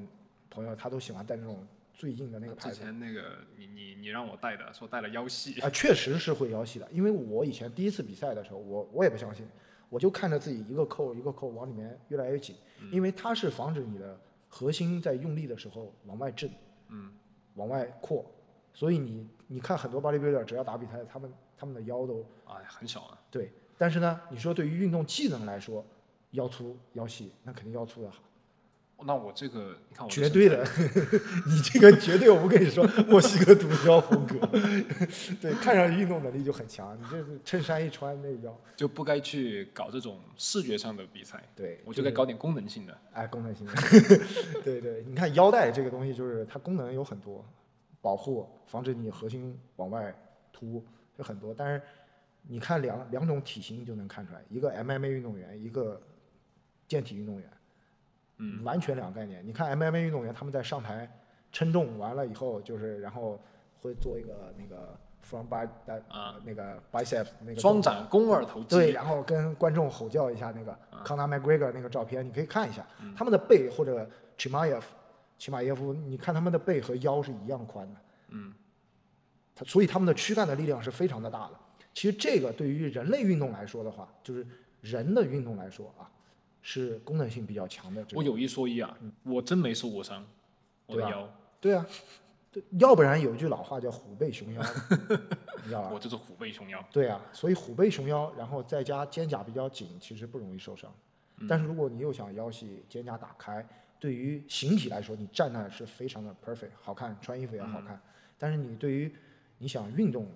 朋友，他都喜欢戴那种最硬的那个牌之子。前那个你你你让我带的，说带了腰系，啊，确实是会腰细的，因为我以前第一次比赛的时候，我我也不相信，我就看着自己一个扣一个扣往里面越来越紧，嗯因为它是防止你的核心在用力的时候往外震，嗯，往外扩，所以你你看很多 bodybuilder 只要打比赛，他们他们的腰都哎，很小了。对，但是呢，你说对于运动技能来说，腰粗腰细，那肯定腰粗的好，那我这个，你啊看我这绝身对的。 [laughs] 你这个绝对，我跟你说，墨西哥独标风格， [laughs] 对，看上去运动能力就很强。你这衬衫一穿，那腰，就不该去搞这种视觉上的比赛，对，我就该是搞点功能性的。哎，功能性的。 [laughs] 对对，你看腰带这个东西，就是它功能有很多，保护、防止你核心往外凸，有很多。但是你看两两种体型就能看出来，一个 MMA 运动员，一个健体运动员，嗯，完全两个概念。你看 MMA 运动员他们在上台称重完了以后，就是然后会做一个那个 front b y 啊那个 bicep 那个双掌肱二头肌。对，然后跟观众吼叫一下那个嗯康纳麦格格那个照片，你可以看一下，他们的背或者 c h i m a y e v c h i m a y e v 你看他们的背和腰是一样宽的，嗯他所以他们的躯干的力量是非常的大的。其实这个对于人类运动来说的话，就是人的运动来说啊，是功能性比较强的。这我个有一说一啊，我真没受过伤，我的嗯对吧腰，对啊，对，要不然有一句老话叫虎背熊腰，你知道吧？我就是虎背熊腰。对啊，所以虎背熊腰，然后再加肩胛比较紧，其实不容易受伤。嗯但是如果你又想腰细、肩胛打开，对于形体来说，你站那是非常的 perfect，好看，穿衣服也好看。但是你对于你想运动，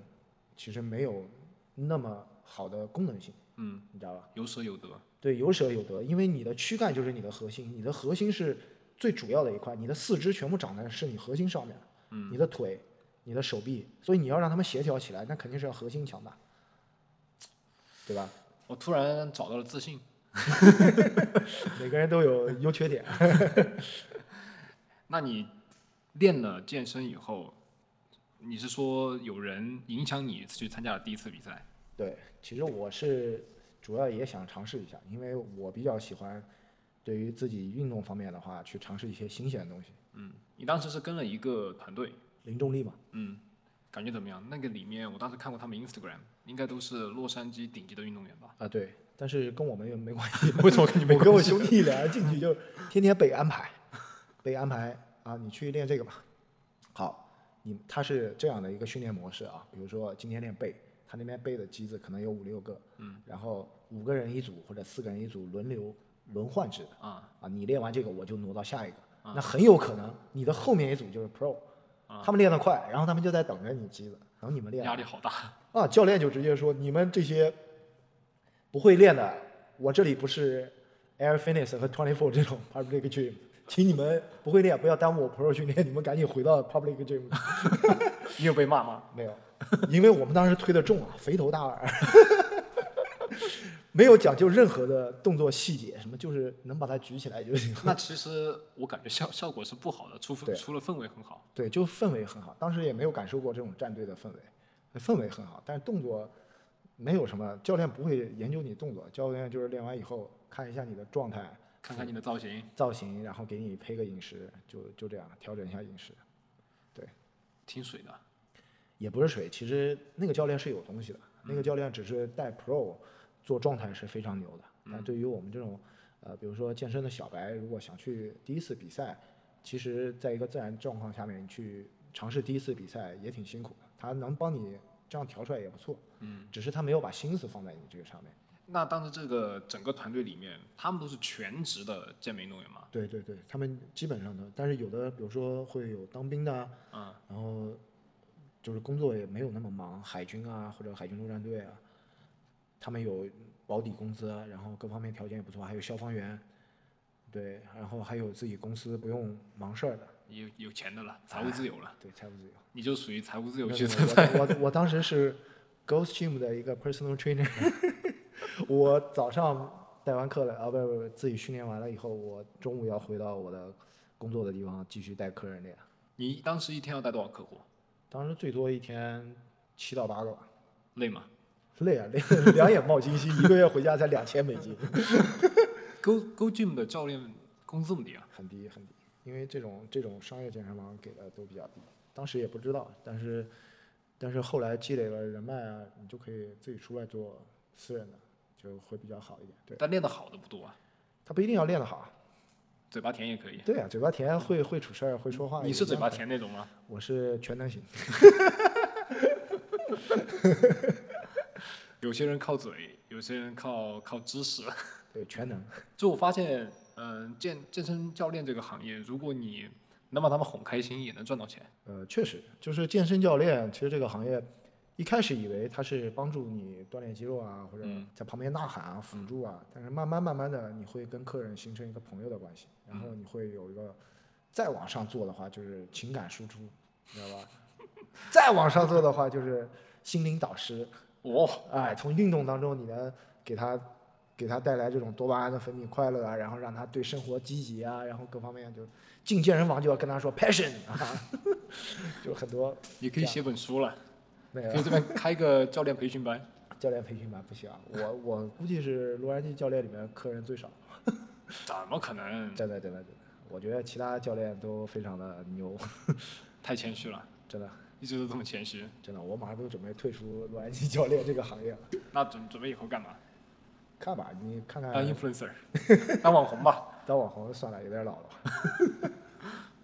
其实没有那么好的功能性，嗯，你知道吧？有舍有得。对，有舍有得，因为你的躯干就是你的核心，你的核心是最主要的一块，你的四肢全部长在是你核心上面的，你的腿、你的手臂，所以你要让它们协调起来，那肯定是要核心强大，对吧？我突然找到了自信。每个人都有优缺点。那你练了健身以后，你是说有人影响你去参加了第一次比赛？对，其实我是主要也想尝试一下，因为我比较喜欢对于自己运动方面的话，去尝试一些新鲜的东西。嗯，你当时是跟了一个团队，零重力嘛，嗯，感觉怎么样？那个里面我当时看过他们 Instagram，应该都是洛杉矶顶级的运动员吧？啊对，但是跟我们又没关系。为什么跟你没关系？我跟我兄弟俩人进去就天天被安排，被安排啊，你去练这个吧。好，你它是这样的一个训练模式啊，比如说今天练背，他那边背的机子可能有五六个，嗯，然后五个人一组或者四个人一组轮流轮换制的啊啊，你练完这个我就挪到下一个，啊那很有可能你的后面一组就是 Pro，啊他们练得快，然后他们就在等着你机子，等你们练压力好大。啊，教练就直接说你们这些不会练的，我这里不是 Air Fitness 和 Twenty Four 这种 public gym，请你们不会练，不要耽误我 Pro 训练，你们赶紧回到 public gym。 [laughs] [laughs] 你有被骂吗？没有，因为我们当时推的重啊，肥头大耳， [laughs] 没有讲究任何的动作细节，什么就是能把它举起来就行。那其实我感觉效效果是不好的，除非对除了氛围很好。对，就氛围很好，当时也没有感受过这种战队的氛围，氛围很好，但是动作没有什么，教练不会研究你动作，教练就是练完以后看一下你的状态、看看你的造型，造型，然后给你配个饮食，就就这样调整一下饮食。对，挺水的。也不是水，其实那个教练是有东西的，那个教练只是带 Pro 做状态是非常牛的，但对于我们这种呃，比如说健身的小白，如果想去第一次比赛，其实在一个自然状况下面，你去尝试第一次比赛也挺辛苦的，他能帮你这样调出来也不错，嗯，只是他没有把心思放在你这个上面。那当时这个整个团队里面，他们都是全职的健美运动员嘛？对对对，他们基本上的，但是有的比如说会有当兵的啊，嗯，然后就是工作也没有那么忙，海军啊或者海军陆战队啊，他们有保底工资啊，然后各方面条件也不错，还有消防员，对，然后还有自己公司不用忙事儿的，有有钱的了，财务自由了，对，财务自由。你就属于财务自由没系有统。没有我我我当时是 Ghost Gym 的一个 personal trainer，我早上带完课了啊，不是不是自己训练完了以后，我中午要回到我的工作的地方继续带客人练，你当时一天要带多少客户？当时最多一天七到八个吧。累吗累啊累，两眼冒金星，一个月回家才两千美金， ？Go Go Gym 的教练工资这么低啊？很低很低。因为这种这种商业健身房给的都比较低，当时也不知道，但是但是后来积累了人脉啊，你就可以自己出来做私人的，就会比较好一点。对，但练得好的不多啊，他不一定要练得好，啊嘴巴甜也可以。对啊，嘴巴甜会会处事儿，会说话。你是嘴巴，甜那种吗？我是全能型。有些人靠嘴，有些人靠靠知识。 [laughs] 对，全能。就我发现，嗯、健健身教练这个行业，如果你能把他们哄开心，也能赚到钱。呃，确实，就是健身教练，其实这个行业一开始以为他是帮助你锻炼肌肉啊，或者嗯在旁边呐喊啊、辅助啊，但是慢慢慢慢的，你会跟客人形成一个朋友的关系，嗯然后你会有一个再往上做的话，就是情感输出，你知道吧？再往上做的话，就是心灵导师，哦，哎，从运动当中你能给他给他带来这种多巴胺的分泌快乐啊，然后让他对生活积极啊，然后各方面就进健身房就要跟他说 passion 啊， [laughs] 就很多你可以写本书了，那可以个这边开个教练培训班。 [laughs] 教练培训班不行啊，我我估计是洛杉矶教练里面客人最少，怎么可能？真的真的真的，我觉得其他教练都非常的牛，太谦虚了，真的一直都这么谦虚。真的，我马上都准备退出洛杉矶教练这个行业了，那准准备以后干嘛？看吧，你看看当 influencer，当网红吧。当网红算了，有点老了。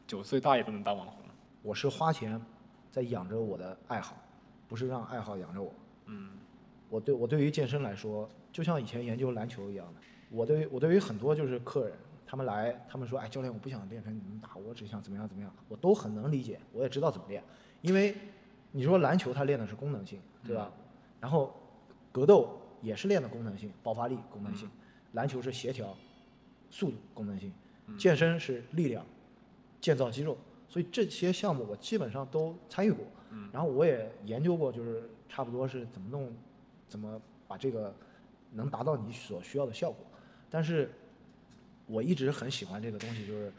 九岁大也不能当网红。我是花钱在养着我的爱好，不是让爱好养着我。嗯，我对我对于健身来说，就像以前研究篮球一样的，我对于我对于很多就是客人，他们来，他们说，哎，教练，我不想练成你们打，我只想怎么样怎么样，我都很能理解，我也知道怎么练，因为你说篮球它练的是功能性，对吧？然后格斗也是练的功能性，爆发力功能性，篮球是协调、速度功能性，健身是力量、建造肌肉，所以这些项目我基本上都参与过。嗯然后我也研究过，就是差不多是怎么弄，怎么把这个能达到你所需要的效果。但是我一直很喜欢这个东西，就是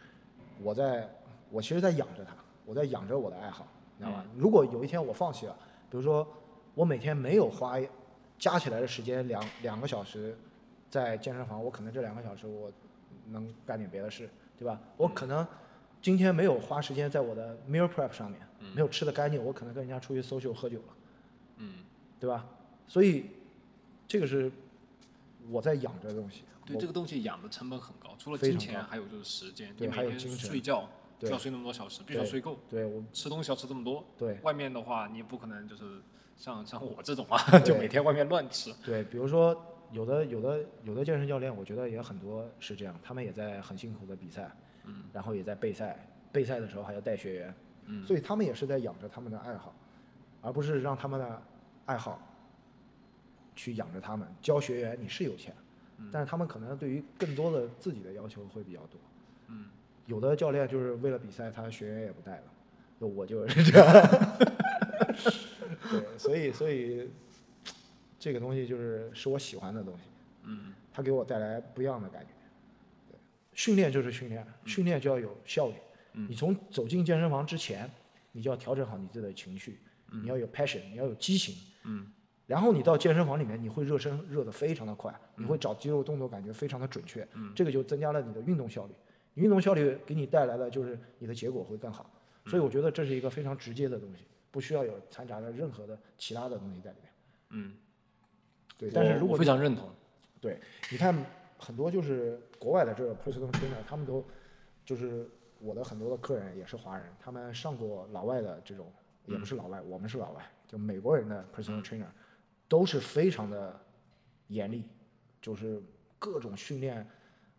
我在我其实在养着它，我在养着我的爱好，你知道吧？嗯如果有一天我放弃了，比如说我每天没有花加起来的时间两两个小时在健身房，我可能这两个小时我能干点别的事，对吧？嗯我可能今天没有花时间在我的 meal prep 上面，嗯没有吃的干净，我可能跟人家出去嗯 social 喝酒了，嗯，对吧？所以这个是我在养这个东西。对我这个东西养的成本很高，除了非金常钱，高还有就是时间。对你还每有天精神睡觉对就要睡那么多小时，必须要对睡够。对我吃东西要吃这么多。对外面的话，你也不可能就是像像我这种 [laughs] 啊，就每天外面乱吃。对，比如说有的有的有的健身教练，我觉得也很多是这样，他们也在很辛苦的比赛，嗯，然后也在备赛，备赛的时候还要带学员，嗯所以他们也是在养着他们的爱好，而不是让他们的爱好去养着他们。教学员你是有钱，但是他们可能对于更多的自己的要求会比较多。嗯，有的教练就是为了比赛，他学员也不带了，就我就是这样。 [laughs] 对，所以所以这个东西就是是我喜欢的东西，嗯，它给我带来不一样的感觉。对，训练就是训练，训练就要有效率。嗯你从走进健身房之前，你就要调整好你自己的情绪，你要有 passion，你要有激情。嗯然后你到健身房里面，你会热身热得非常的快，你会找肌肉动作感觉非常的准确，嗯这个就增加了你的运动效率。你运动效率给你带来的就是你的结果会更好，所以我觉得这是一个非常直接的东西，不需要有掺杂着任何的其他的东西在里面。嗯。对，但是我如我果非常认同，对，你看很多就是国外的这个 personal trainer，他们都就是我的很多的客人也是华人，他们上过老外的这种，也不是老外，我们是老外，就美国人的 personal trainer，、都是非常的严厉，就是各种训练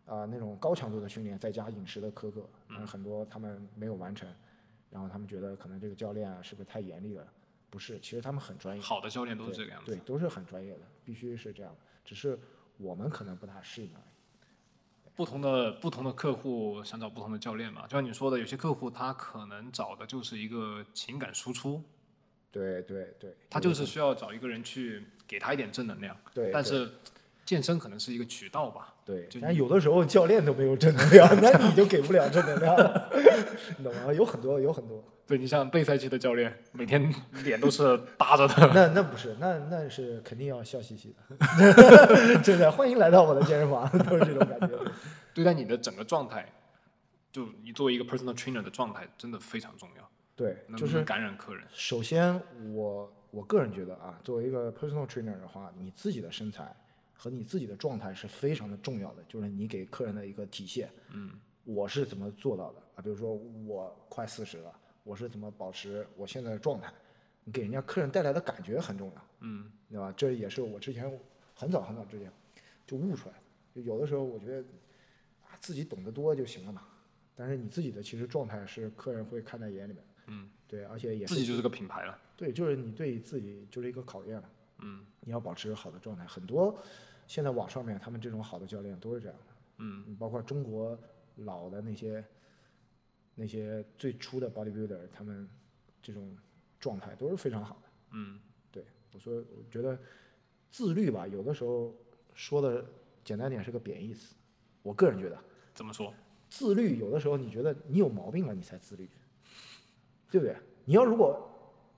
啊、那种高强度的训练，再加饮食的苛刻，嗯，很多他们没有完成，然后他们觉得可能这个教练啊是不是太严厉了？不是，其实他们很专业。好的教练都是对这个样子。对，都是很专业的，必须是这样的。只是我们可能不大适应而已。不同的不同的客户想找不同的教练嘛，就像你说的，有些客户他可能找的就是一个情感输出，对对对，他就是需要找一个人去给他一点正能量。对但是健身可能是一个渠道吧。对就，但有的时候教练都没有正能量， [laughs] 那你就给不了正能量了，你懂吗？有很多，有很多。对你像备赛期的教练，嗯每 [laughs] 天脸都是耷着的。那那不是，那那是肯定要笑嘻嘻的， [laughs] 真的。欢迎来到我的健身房， [laughs] 都是这种感觉。对待你的整个状态，就你作为一个 personal trainer 的状态，真的非常重要，对，能就不是能感染客人？首先我我个人觉得啊，作为一个 personal trainer 的话，你自己的身材和你自己的状态是非常的重要的，就是你给客人的一个体现。嗯，我是怎么做到的啊？比如说我快四十了，我是怎么保持我现在的状态？你给人家客人带来的感觉很重要。嗯，对吧？这也是我之前很早很早之前就悟出来的。就有的时候我觉得啊，自己懂得多就行了嘛。但是你自己的其实状态是客人会看在眼里面的。嗯，对，而且也自是己就是个品牌了。对，就是你对自己就是一个考验了。嗯你要保持好的状态。很多现在网上面他们这种好的教练都是这样的，嗯包括中国老的那些那些最初的 bodybuilder，他们这种状态都是非常好的。嗯对，我说我觉得自律吧，有的时候说的简单点是个贬义词。我个人觉得，怎么说？自律有的时候你觉得你有毛病了，你才自律，对不对？你要如果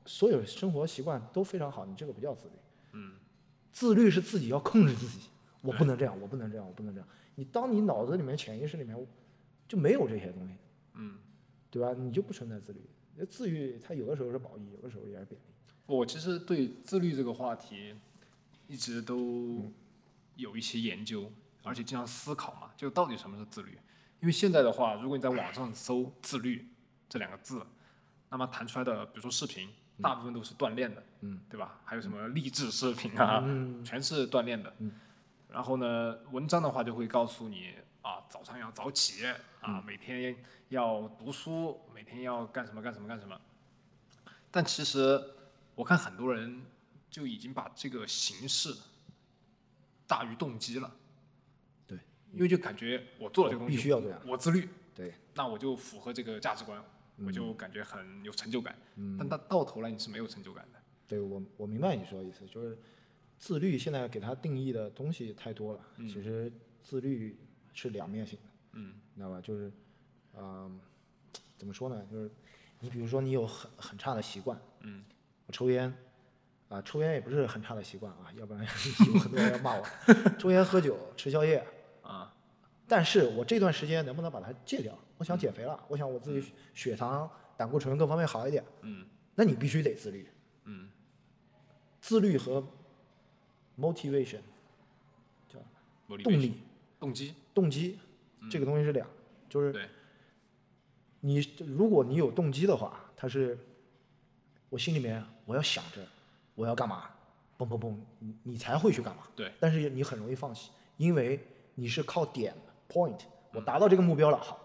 所有生活习惯都非常好，你这个不叫自律。嗯自律是自己要控制自己，我对不能这样，我不能这样，我不能这样。你当你脑子里面潜意识里面就没有这些东西，嗯。对吧？你就不存在自律。那自律它有的时候是褒义，有的时候也是贬义。我其实对自律这个话题一直都有一些研究，而且经常思考嘛，就到底什么是自律？因为现在的话，如果你在网上搜“自律”这两个字，那么弹出来的，比如说视频，大部分都是锻炼的，嗯，对吧？还有什么励志视频啊，全是锻炼的。嗯然后呢，文章的话就会告诉你啊，早上要早起啊，嗯每天要读书，每天要干什么干什么干什么。但其实我看很多人就已经把这个形式大于动机了，对，因为就感觉我做了这个东西，嗯哦必须要这样我自律，对，那我就符合这个价值观，嗯我就感觉很有成就感。但到到头来你是没有成就感的。对我我明白你说的意思，就是自律现在给它定义的东西太多了。其实自律是两面性的，嗯你知道吧？就是，嗯、怎么说呢？就是你比如说你有很很差的习惯，嗯我抽烟，啊，抽烟也不是很差的习惯啊，要不然 [laughs] 有很多人要骂我。抽烟、喝酒、吃宵夜，啊但是我这段时间能不能把它戒掉？我想减肥了，我想我自己血糖、胆固醇各方面好一点，嗯那你必须得自律。嗯自律和 motivation 叫合理动维系力、动机，动机这个东西是两，就是对，你如果你有动机的话，它是我心里面我要想着我要干嘛，蹦蹦蹦，你你才会去干嘛。对，但是你很容易放弃，因为你是靠点的 point，我达到这个目标了，好，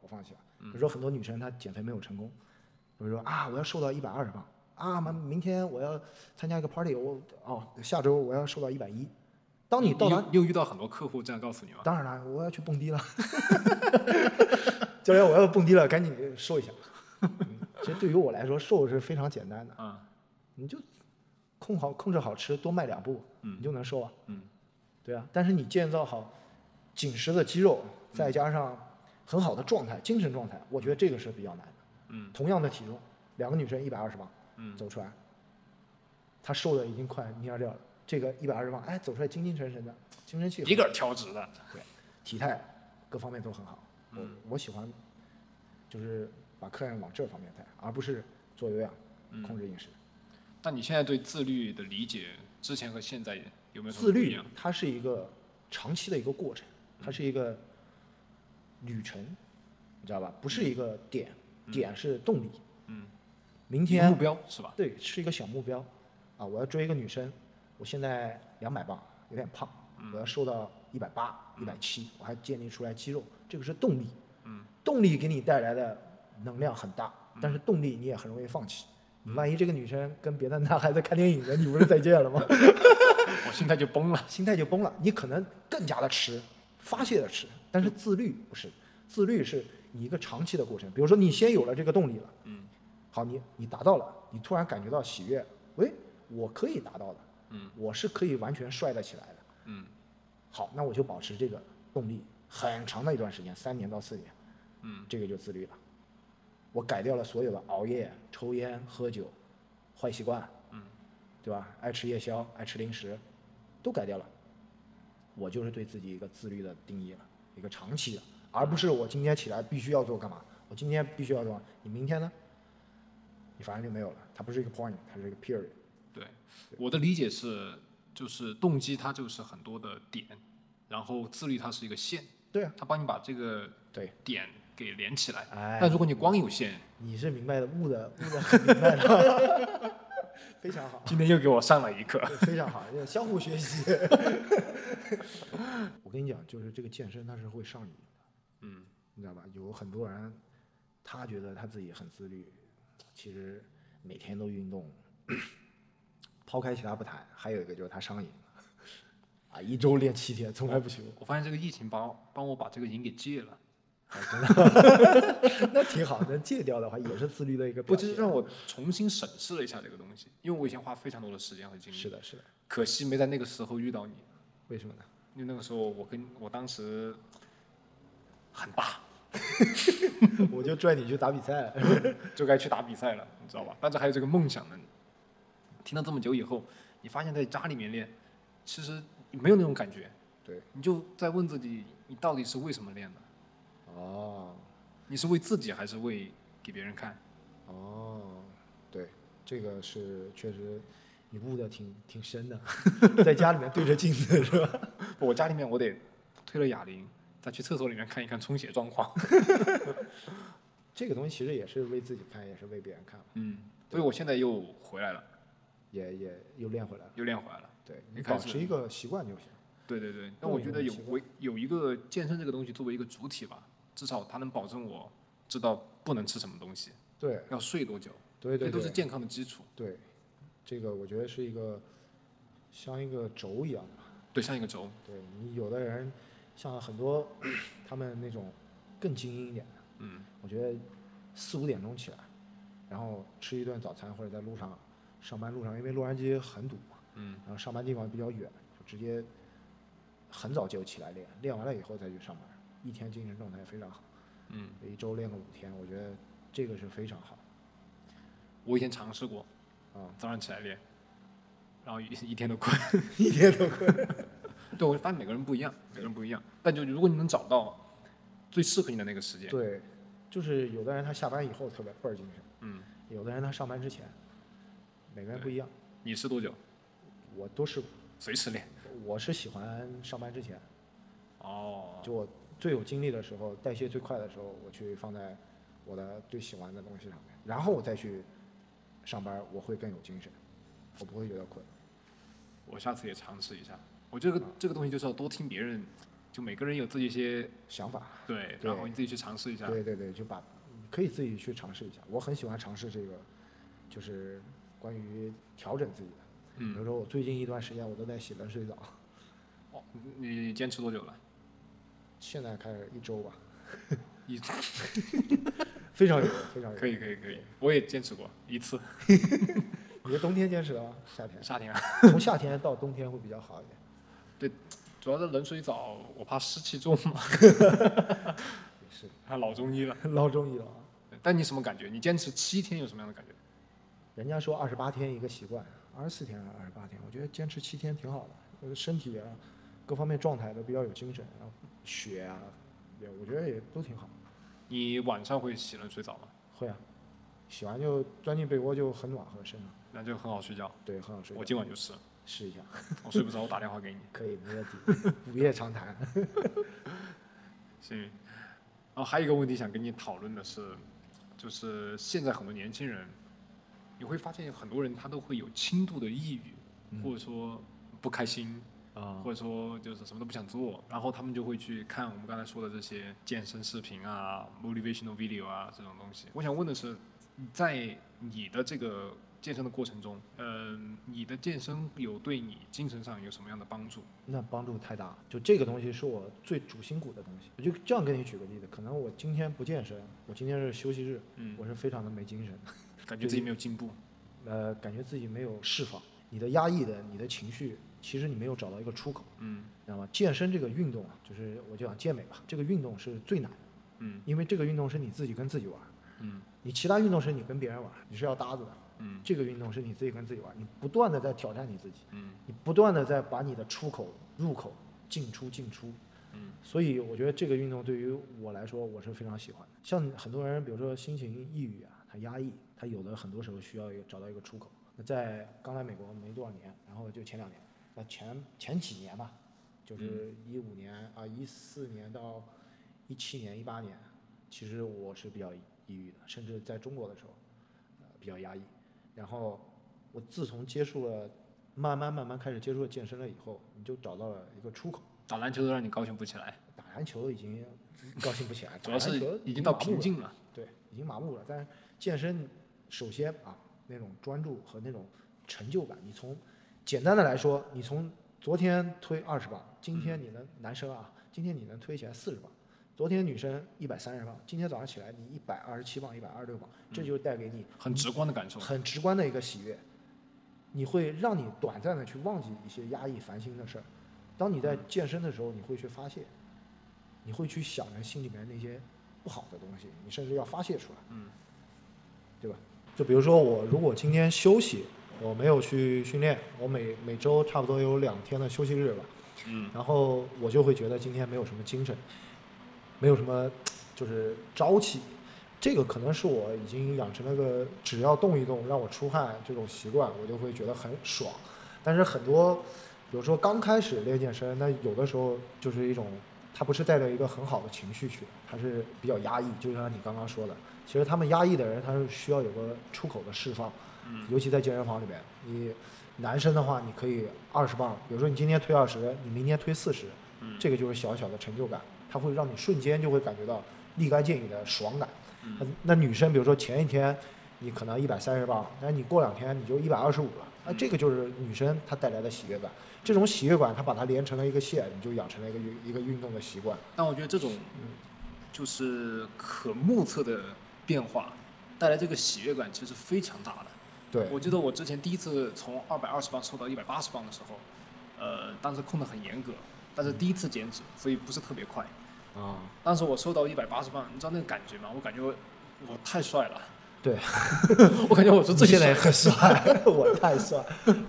我放弃了。比如说很多女生她减肥没有成功，比如说啊我要瘦到一百二十磅，啊明明天我要参加一个 party，我哦下周我要瘦到一百一。当你到达又又遇到很多客户这样告诉你吗？当然了，我要去蹦迪了。 [laughs] 教练，我要蹦迪了，赶紧瘦一下。嗯其实对于我来说，瘦是非常简单的，啊，你就控好控制好吃，多迈两步，你就能瘦啊。嗯，对啊，但是你建造好紧实的肌肉，再加上很好的状态、精神状态，我觉得这个是比较难的。嗯，同样的体重，两个女生一百二十磅，嗯走出来，她瘦的已经快蔫掉了，这个一百二十磅，哎，走出来精精神神的，精神气一很个挑直的，对，体态各方面都很好。我、嗯我喜欢就是把客人往这方面带，而不是做有氧、嗯控制饮食。那你现在对自律的理解，之前和现在有没有什么自不一律样？嗯它是一个长期的一个过程，它是一个旅程，你知道吧？不是一个点，点是动力。嗯，明一个天目标是吧？对，是一个小目标啊！我要追一个女生，我现在两百磅，有点胖，嗯我要瘦到一百八、一百七，我还建立出来肌肉，这个是动力。嗯，动力给你带来的能量很大，但是动力你也很容易放弃。你嗯万一这个女生跟别的男孩子看电影呢，你不是再见了吗？我心态就崩了。心态就崩了，你可能更加的吃，发泄的吃，但是自律不是，自律是你一个长期的过程。比如说你先有了这个动力了，嗯，好，你你达到了，你突然感觉到喜悦，喂，我可以达到的，嗯，我是可以完全帅得起来的。嗯好，那我就保持这个动力很长的一段时间，三年到四年，嗯这个就自律了。我改掉了所有的熬夜、抽烟、喝酒、坏习惯，嗯，对吧？爱吃夜宵、爱吃零食，都改掉了。我就是对自己一个自律的定义了，一个长期的，而不是我今天起来必须要做干嘛，我今天必须要做，你明天呢？你反正就没有了。它不是一个 point，它是一个 period。对，我的理解是，就是动机它就是很多的点，然后自律它是一个线，对啊，它帮你把这个对，点给连起来。哎但如果你光有线，你是明白的，悟的悟的很明白的， [laughs] 非常好。今天又给我上了一 [laughs] 课。对非常好，要相互学习。 [laughs] 我跟你讲，就是这个健身它是会上瘾的，嗯你知道吧？有很多人，他觉得他自己很自律，其实每天都运动。抛开其他不谈，还有一个就是他上瘾了，啊，一周练七天，从 [laughs] 来不休，我发现这个疫情帮帮我把这个瘾给戒了，啊真的，那挺好。能戒掉的话，也是自律的一个不表就现。是让我重新审视了一下这个东西，因为我以前花非常多的时间和精力，是的，是的。可惜没在那个时候遇到你，为什么呢？ [laughs] 因为那个时候我跟我当时很大， [laughs] 我就拽你去打比赛。就该去打比赛了，你知道吧？但是还有这个梦想呢。听了这么久以后，你发现在家里面练，其实没有那种感觉， [laughs] 对，你就在问自己，你到底是为什么练的？哦，你是为自己还是为给别人看？ [laughs] 哦，对，这个是确实，你悟的挺挺深的， [laughs] 在家里面对着镜子是吧？ [laughs] 我家里面我得推了哑铃，再去厕所里面看一看充血状况。 [laughs] 这个东西其实也是为自己看，也是为别人看，嗯，所以我现在又回来了，也也又练回来了。又练回来了。对一你开保始持一个习惯就行。对对对，那但我你觉有得没有有习我有一个健身这个东西作为一个主体吧，至少它能保证我知道不能吃什么东西，对要睡多久，对对这都是对健康的基础。对，这个我觉得是一个像一个轴一样的。对，像一个轴，对你有的人像很多 [clears throat] 他们那种更精英一点的，嗯我觉得四五点钟起来，然后吃一顿早餐或者在路上上班路上，因为洛杉矶很堵嘛，嗯然后上班地方比较远，就直接很早就起来练，练完了以后再去上班，一天精神状态非常好，嗯，一周练个五天，我觉得这个是非常好我以前尝试过，啊，早上起来练，然后一一天都困。 [laughs] 一天都困。 [laughs] 对，我发现每个人不一样，每个人不一样。但就如果你能找到最适合你的那个时间，对，就是有的人他下班以后特别倍儿精神，嗯，有的人他上班之前，每个人不一样。你是多久？我都是随时练。我是喜欢上班之前，哦，就我最有精力的时候，代谢最快的时候，我去放在我的最喜欢的东西上面，然后我再去上班，我会更有精神，我不会觉得困。我下次也尝试一下。我这个嗯这个东西就是要多听别人，就每个人有自己一些想法，对，对然后你自己去尝试一下。对对对，就把可以自己去尝试一下。我很喜欢尝试这个，就是关于调整自己的。比如嗯，说我最近一段时间我都在洗冷水澡，哦，你你坚持多久了？现在开始一周吧，一， [laughs] 非常有用，非常有用。可以可以可以，我也坚持过一次，你是冬天坚持的吗？夏 [laughs] 天？夏天啊。从夏天到冬天会比较好一点。主要是冷水澡，我怕湿气重嘛，也是，啊老中 [laughs] 医了。老中医了啊。对但你什么感觉？你坚持七天有什么样的感觉？人家说二十八天一个习惯，二十四天还是二十八天？我觉得坚持七天挺好的，我的身体啊，各方面状态都比较有精神，然后血啊，也我觉得也都挺好。你晚上会洗冷水澡吗？会啊，洗完就钻进被窝就很暖和身上，那就很好睡觉。对，很好睡觉。我今晚就试，试一下，我睡不着，我打电话给你。可以，没问题。午夜长 [laughs] 谈，行。然后还有一个问题想跟你讨论的是，就是现在很多年轻人，你会发现很多人他都会有轻度的抑郁，或者说不开心，啊或者说就是什么都不想做，然后他们就会去看我们刚才说的这些健身视频啊、motivational video 啊这种东西。我想问的是，在你的这个健身的过程中，嗯、你的健身有对你精神上有什么样的帮助？那帮助太大了。就这个东西是我最主心骨的东西。我就这样跟你举个例子，可能我今天不健身，我今天是休息日，嗯，我是非常的没精神，感觉自己没有进步。呃，感觉自己没有释放，你的压抑的，你的情绪，其实你没有找到一个出口，嗯你知道吗？健身这个运动啊，就是我就讲健美吧，这个运动是最难的，嗯因为这个运动是你自己跟自己玩儿，嗯你其他运动是你跟别人玩儿，你是要搭子的，嗯这个运动是你自己跟自己玩儿，你不断的在挑战你自己，嗯你不断的在把你的出口、入口进出进出，嗯所以我觉得这个运动对于我来说，我是非常喜欢的。像很多人，比如说心情抑郁啊，他压抑，他有的很多时候需要一个找到一个出口。那在刚来美国没多少年，然后就前两年，那前前几年吧，就是一五年啊，一四年到一七年、一八年，其实我是比较抑郁的，甚至在中国的时候，呃，比较压抑。然后我自从接触了，慢慢慢慢开始接触了健身了以后，你就找到了一个出口。嗯打篮球都让你高兴不起来，打篮球已经高兴不起来，主要哎打篮球是已经到麻木瓶了，颈了。对，已经麻木了。但是健身，首先啊，那种专注和那种成就感，你从简单的来说，你从昨天推二十磅，今嗯天你能、男生啊，今天你能推起来四十磅，昨天女生一百三十磅，今天早上起来你一百二十七磅、一百二十六磅，这嗯就带给你很直观的感受，很直观的一个喜悦，你会让你短暂的去忘记一些压抑烦心的事儿。当你在健身的时候，你会去发泄，你会去想着心里面那些不好的东西，你甚至要发泄出来，嗯对吧？就比如说我如果今天休息，我没有去训练，我每每周差不多有两天的休息日吧，嗯然后我就会觉得今天没有什么精神，没有什么就是朝气。这个可能是我已经养成了个只要动一动让我出汗这种习惯，我就会觉得很爽。但是很多，比如说刚开始练健身，那有的时候就是一种，他不是带着一个很好的情绪去，他是比较压抑。就像你刚刚说的，其实他们压抑的人，他是需要有个出口的释放。嗯尤其在健身房里面，你男生的话，你可以二十磅，比如说你今天推二十，你明天推四十，嗯，这个就是小小的成就感，它会让你瞬间就会感觉到立竿见影的爽感。嗯那那女生，比如说前一天你可能一百三十磅，但是你过两天你就一百二十五了，那嗯这个就是女生她带来的喜悦感。这种喜悦感，她把它连成了一个线，你就养成了一个运一个运动的习惯。但我觉得这种就是可目测的变化，带来这个喜悦感其实非常大的。对，我记得我之前第一次从二百二十磅瘦到一百八十磅的时候，呃，当时控得很严格，但是第一次减脂，嗯所以不是特别快。啊，当时我瘦到一百八十磅，你知道那个感觉吗？我感觉我我太帅了，对， [laughs] 我感觉我是这最些帅人的。很帅， [laughs] 我太帅。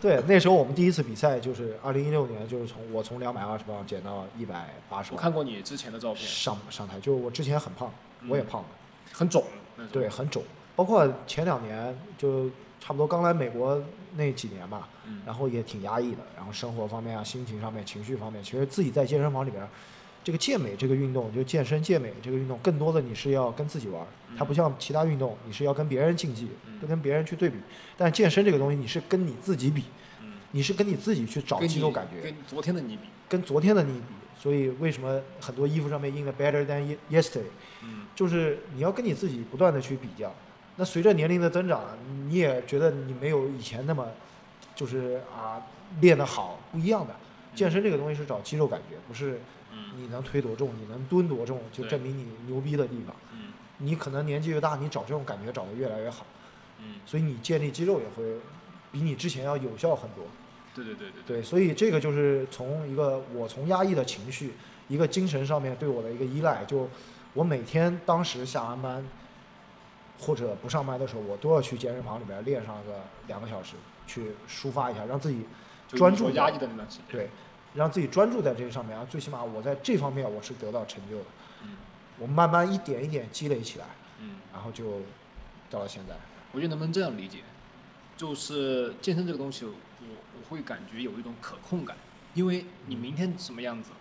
对，那时候我们第一次比赛就是二零一六年，就是从我从两百二十磅减到一百八十我磅看过你之前的照片，上上台，就是我之前很胖，我也胖了，很肿那种。对，，很肿。包括前两年就差不多刚来美国那几年吧，嗯然后也挺压抑的，然后生活方面啊、心情上面、情绪方面，其实自己在健身房里边儿这个健美这个运动，就健身健美这个运动，更多的你是要跟自己玩儿，它不像其他运动，你是要跟别人竞技，嗯跟别人去对比。但健身这个东西，你是跟你自己比，嗯，你是跟你自己去找跟肌你肉感觉，跟昨天的你比，跟昨天的你比。所以为什么很多衣服上面印的 “better than ye- yesterday”，嗯就是你要跟你自己不断的去比较。那随着年龄的增长，你也觉得你没有以前那么，就是啊练得好，不一样的。健身这个东西是找肌肉感觉，不是嗯你能推多重，你能蹲多重就对证明你牛逼的地方。嗯你可能年纪越大，你找这种感觉找得越来越好，嗯，所以你建立肌肉也会比你之前要有效很多。对对对对对，对，所以这个就是从一个我从压抑的情绪，一个精神上面对我的一个依赖，就我每天当时下完班或者不上班的时候，我都要去健身房里边练上个两个小时，去抒发一下，让自己就专你注所一压下抑的那段时间，对，让自己专注在这上面啊，最起码我在这方面我是得到成就的，嗯我慢慢一点一点积累起来，嗯，然后就到了现在。我觉得能不能这样理解，就是健身这个东西，我我会感觉有一种可控感，因为你明天什么样子，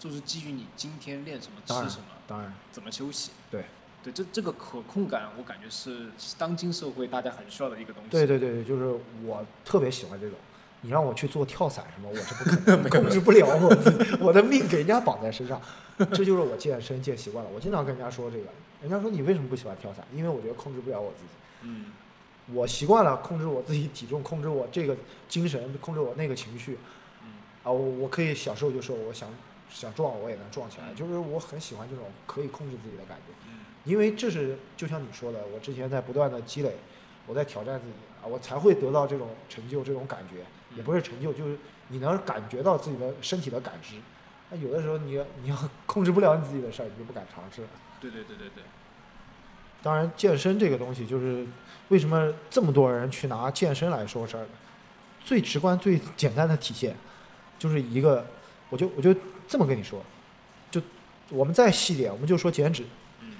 就是基于你今天练什么、当吃然什么、，当然，怎么休息。对，对，这这个可控感，我感觉是当今社会大家很需要的一个东西。对对对对，就是我特别喜欢这种。你让我去做跳伞什么，我是不可能控制不了我自己，我的命给人家绑在身上。这就是我健身健习惯了。我经常跟人家说这个，人家说你为什么不喜欢跳伞？因为我觉得控制不了我自己。嗯我习惯了控制我自己体重，控制我这个精神，控制我那个情绪嗯啊。我我可以小时候就说我想想撞我也能撞起来，嗯就是我很喜欢这种可以控制自己的感觉。嗯因为这是就像你说的，我之前在不断的积累，我在挑战自己啊，我才会得到这种成就，这种感觉，也不是成就，就是你能感觉到自己的身体的感知。那有的时候你要你要 [laughs] 控制不了你自己的事儿，你就不敢尝试。对对对对对，当然，健身这个东西就是为什么这么多人去拿健身来说事儿呢？最直观、最简单的体现，就是一个，我就我就这么跟你说，就我们再细点，我们就说减脂，嗯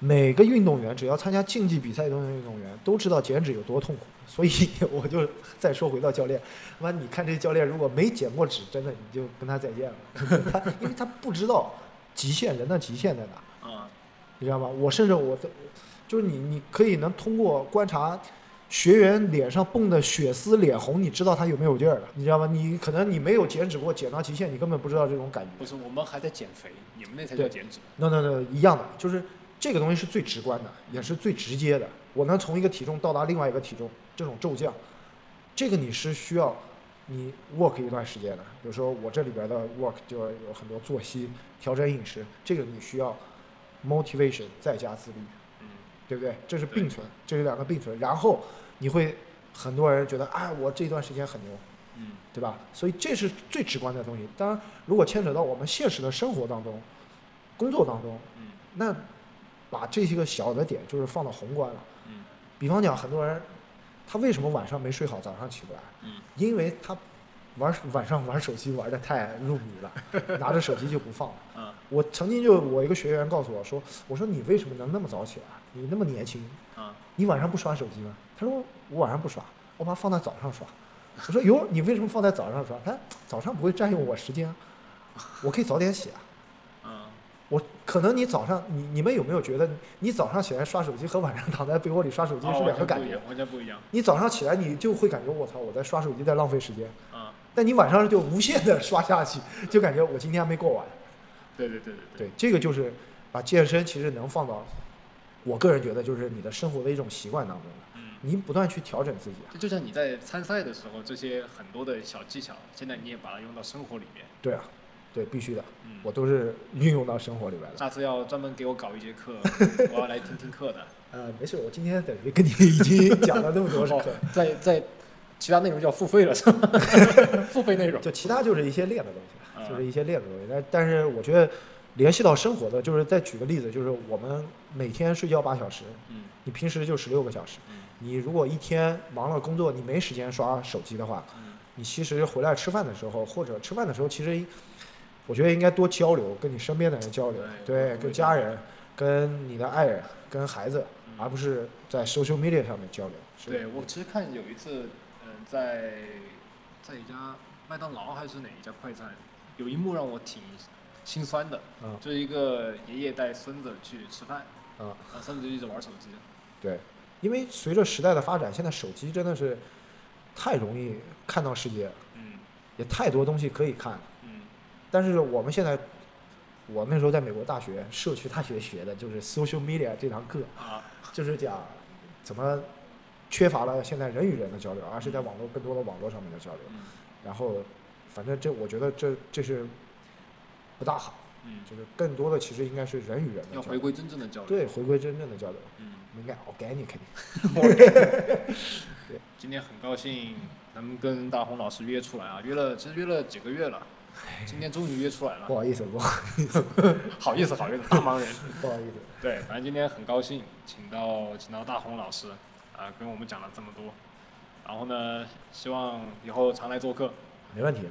每个运动员只要参加竞技比赛的运动员都知道减脂有多痛苦，所以我就再说回到教练，妈，你看这教练如果没减过脂，真的你就跟他再见了， [laughs] 他因为他不知道极限人的极限在哪，啊你知道吗？我甚至我都就是你你可以能通过观察学员脸上蹦的血丝脸红，你知道他有没有劲儿了，你知道吗？你可能你没有减脂过，减到极限，你根本不知道这种感觉。不是，我们还在减肥，你们那才叫对减脂。 no no no 一样的，就是这个东西是最直观的，也是最直接的。我能从一个体重到达另外一个体重，这种骤降，这个你是需要你 work 一段时间的。比如说我这里边的 work 就有很多作息调整、饮食，这个你需要 motivation 再加自律，嗯对不对？这是对并存，这是两个并存。然后你会很多人觉得，哎，我这段时间很牛，嗯对吧？所以这是最直观的东西。当然，如果牵扯到我们现实的生活当中、工作当中，嗯那把这些个小的点就是放到宏观了。嗯比方讲，很多人他为什么晚上没睡好，早上起不来？嗯因为他玩晚上玩手机玩的太入迷了，拿着手机就不放了。啊我曾经就我一个学员告诉我说：“我说你为什么能那么早起来？你那么年轻，啊你晚上不刷手机吗？”他说：“我晚上不刷，我把它放在早上刷。”我说：“哟，你为什么放在早上刷？”他说早上不会占用我时间啊，我可以早点起啊。啊我可能你早上你你们有没有觉得你早上起来刷手机和晚上躺在被窝里刷手机是哦两个感完全不一觉？样，完全不一样你早上起来你就会感觉我操我在刷手机在浪费时间，啊！但你晚上就无限的刷下去，就感觉我今天还没过完。对对对对对，这个就是把健身其实能放到，我个人觉得就是你的生活的一种习惯当中了，嗯，你不断去调整自己啊。就就像你在参赛的时候，这些很多的小技巧，现在你也把它用到生活里 [laughs] 面。对啊，对，必须的，嗯，我都是运用到生活里边的。下次要专门给我搞一节课， [laughs] 我要来听听课的。呃，没事，我今天等于跟你 [laughs] 已经讲了那么多课。哦，在在其他内容就要付费了，是吧？ [laughs] 付费内容。就其他就是一些练的东西了，啊就是一些练的东西。但但是我觉得联系到生活的，就是再举个例子，就是我们每天睡觉八小时，嗯你平时就十六个小时。嗯你如果一天忙了工作，你没时间刷手机的话，嗯你其实回来吃饭的时候，或者吃饭的时候，其实我觉得应该多交流，跟你身边的人交流，对我对，我跟家人、跟你的爱人、跟孩子，嗯而不是在 social media 上面交流。是对，我其实看有一次，嗯、在在一家麦当劳还是哪一家快餐，有一幕让我挺心酸的，嗯就是一个爷爷带孙子去吃饭，嗯，啊，孙子就一直玩手机，对，因为随着时代的发展，现在手机真的是太容易看到世界，嗯也太多东西可以看了。嗯但是我们现在，我那时候在美国大学社区大学学的就是 social media 这堂课，啊，就是讲怎么缺乏了现在人与人的交流，而是在网络更多的网络上面的交流。嗯然后，反正这我觉得这这是不大好，嗯，就是更多的其实应该是人与人的要交回流，归真正的教育，对，回归真正的交流，嗯。应该 organic。今天很高兴能跟大红老师约出来啊，约了其实约了几个月了，今天终于约出来了不，好意思，不好好意思好意思，大忙人。不好意思。对，反正今天很高兴，请到请到大红老师啊、跟我们讲了这么多，然后呢，希望以后常来做客。没问题。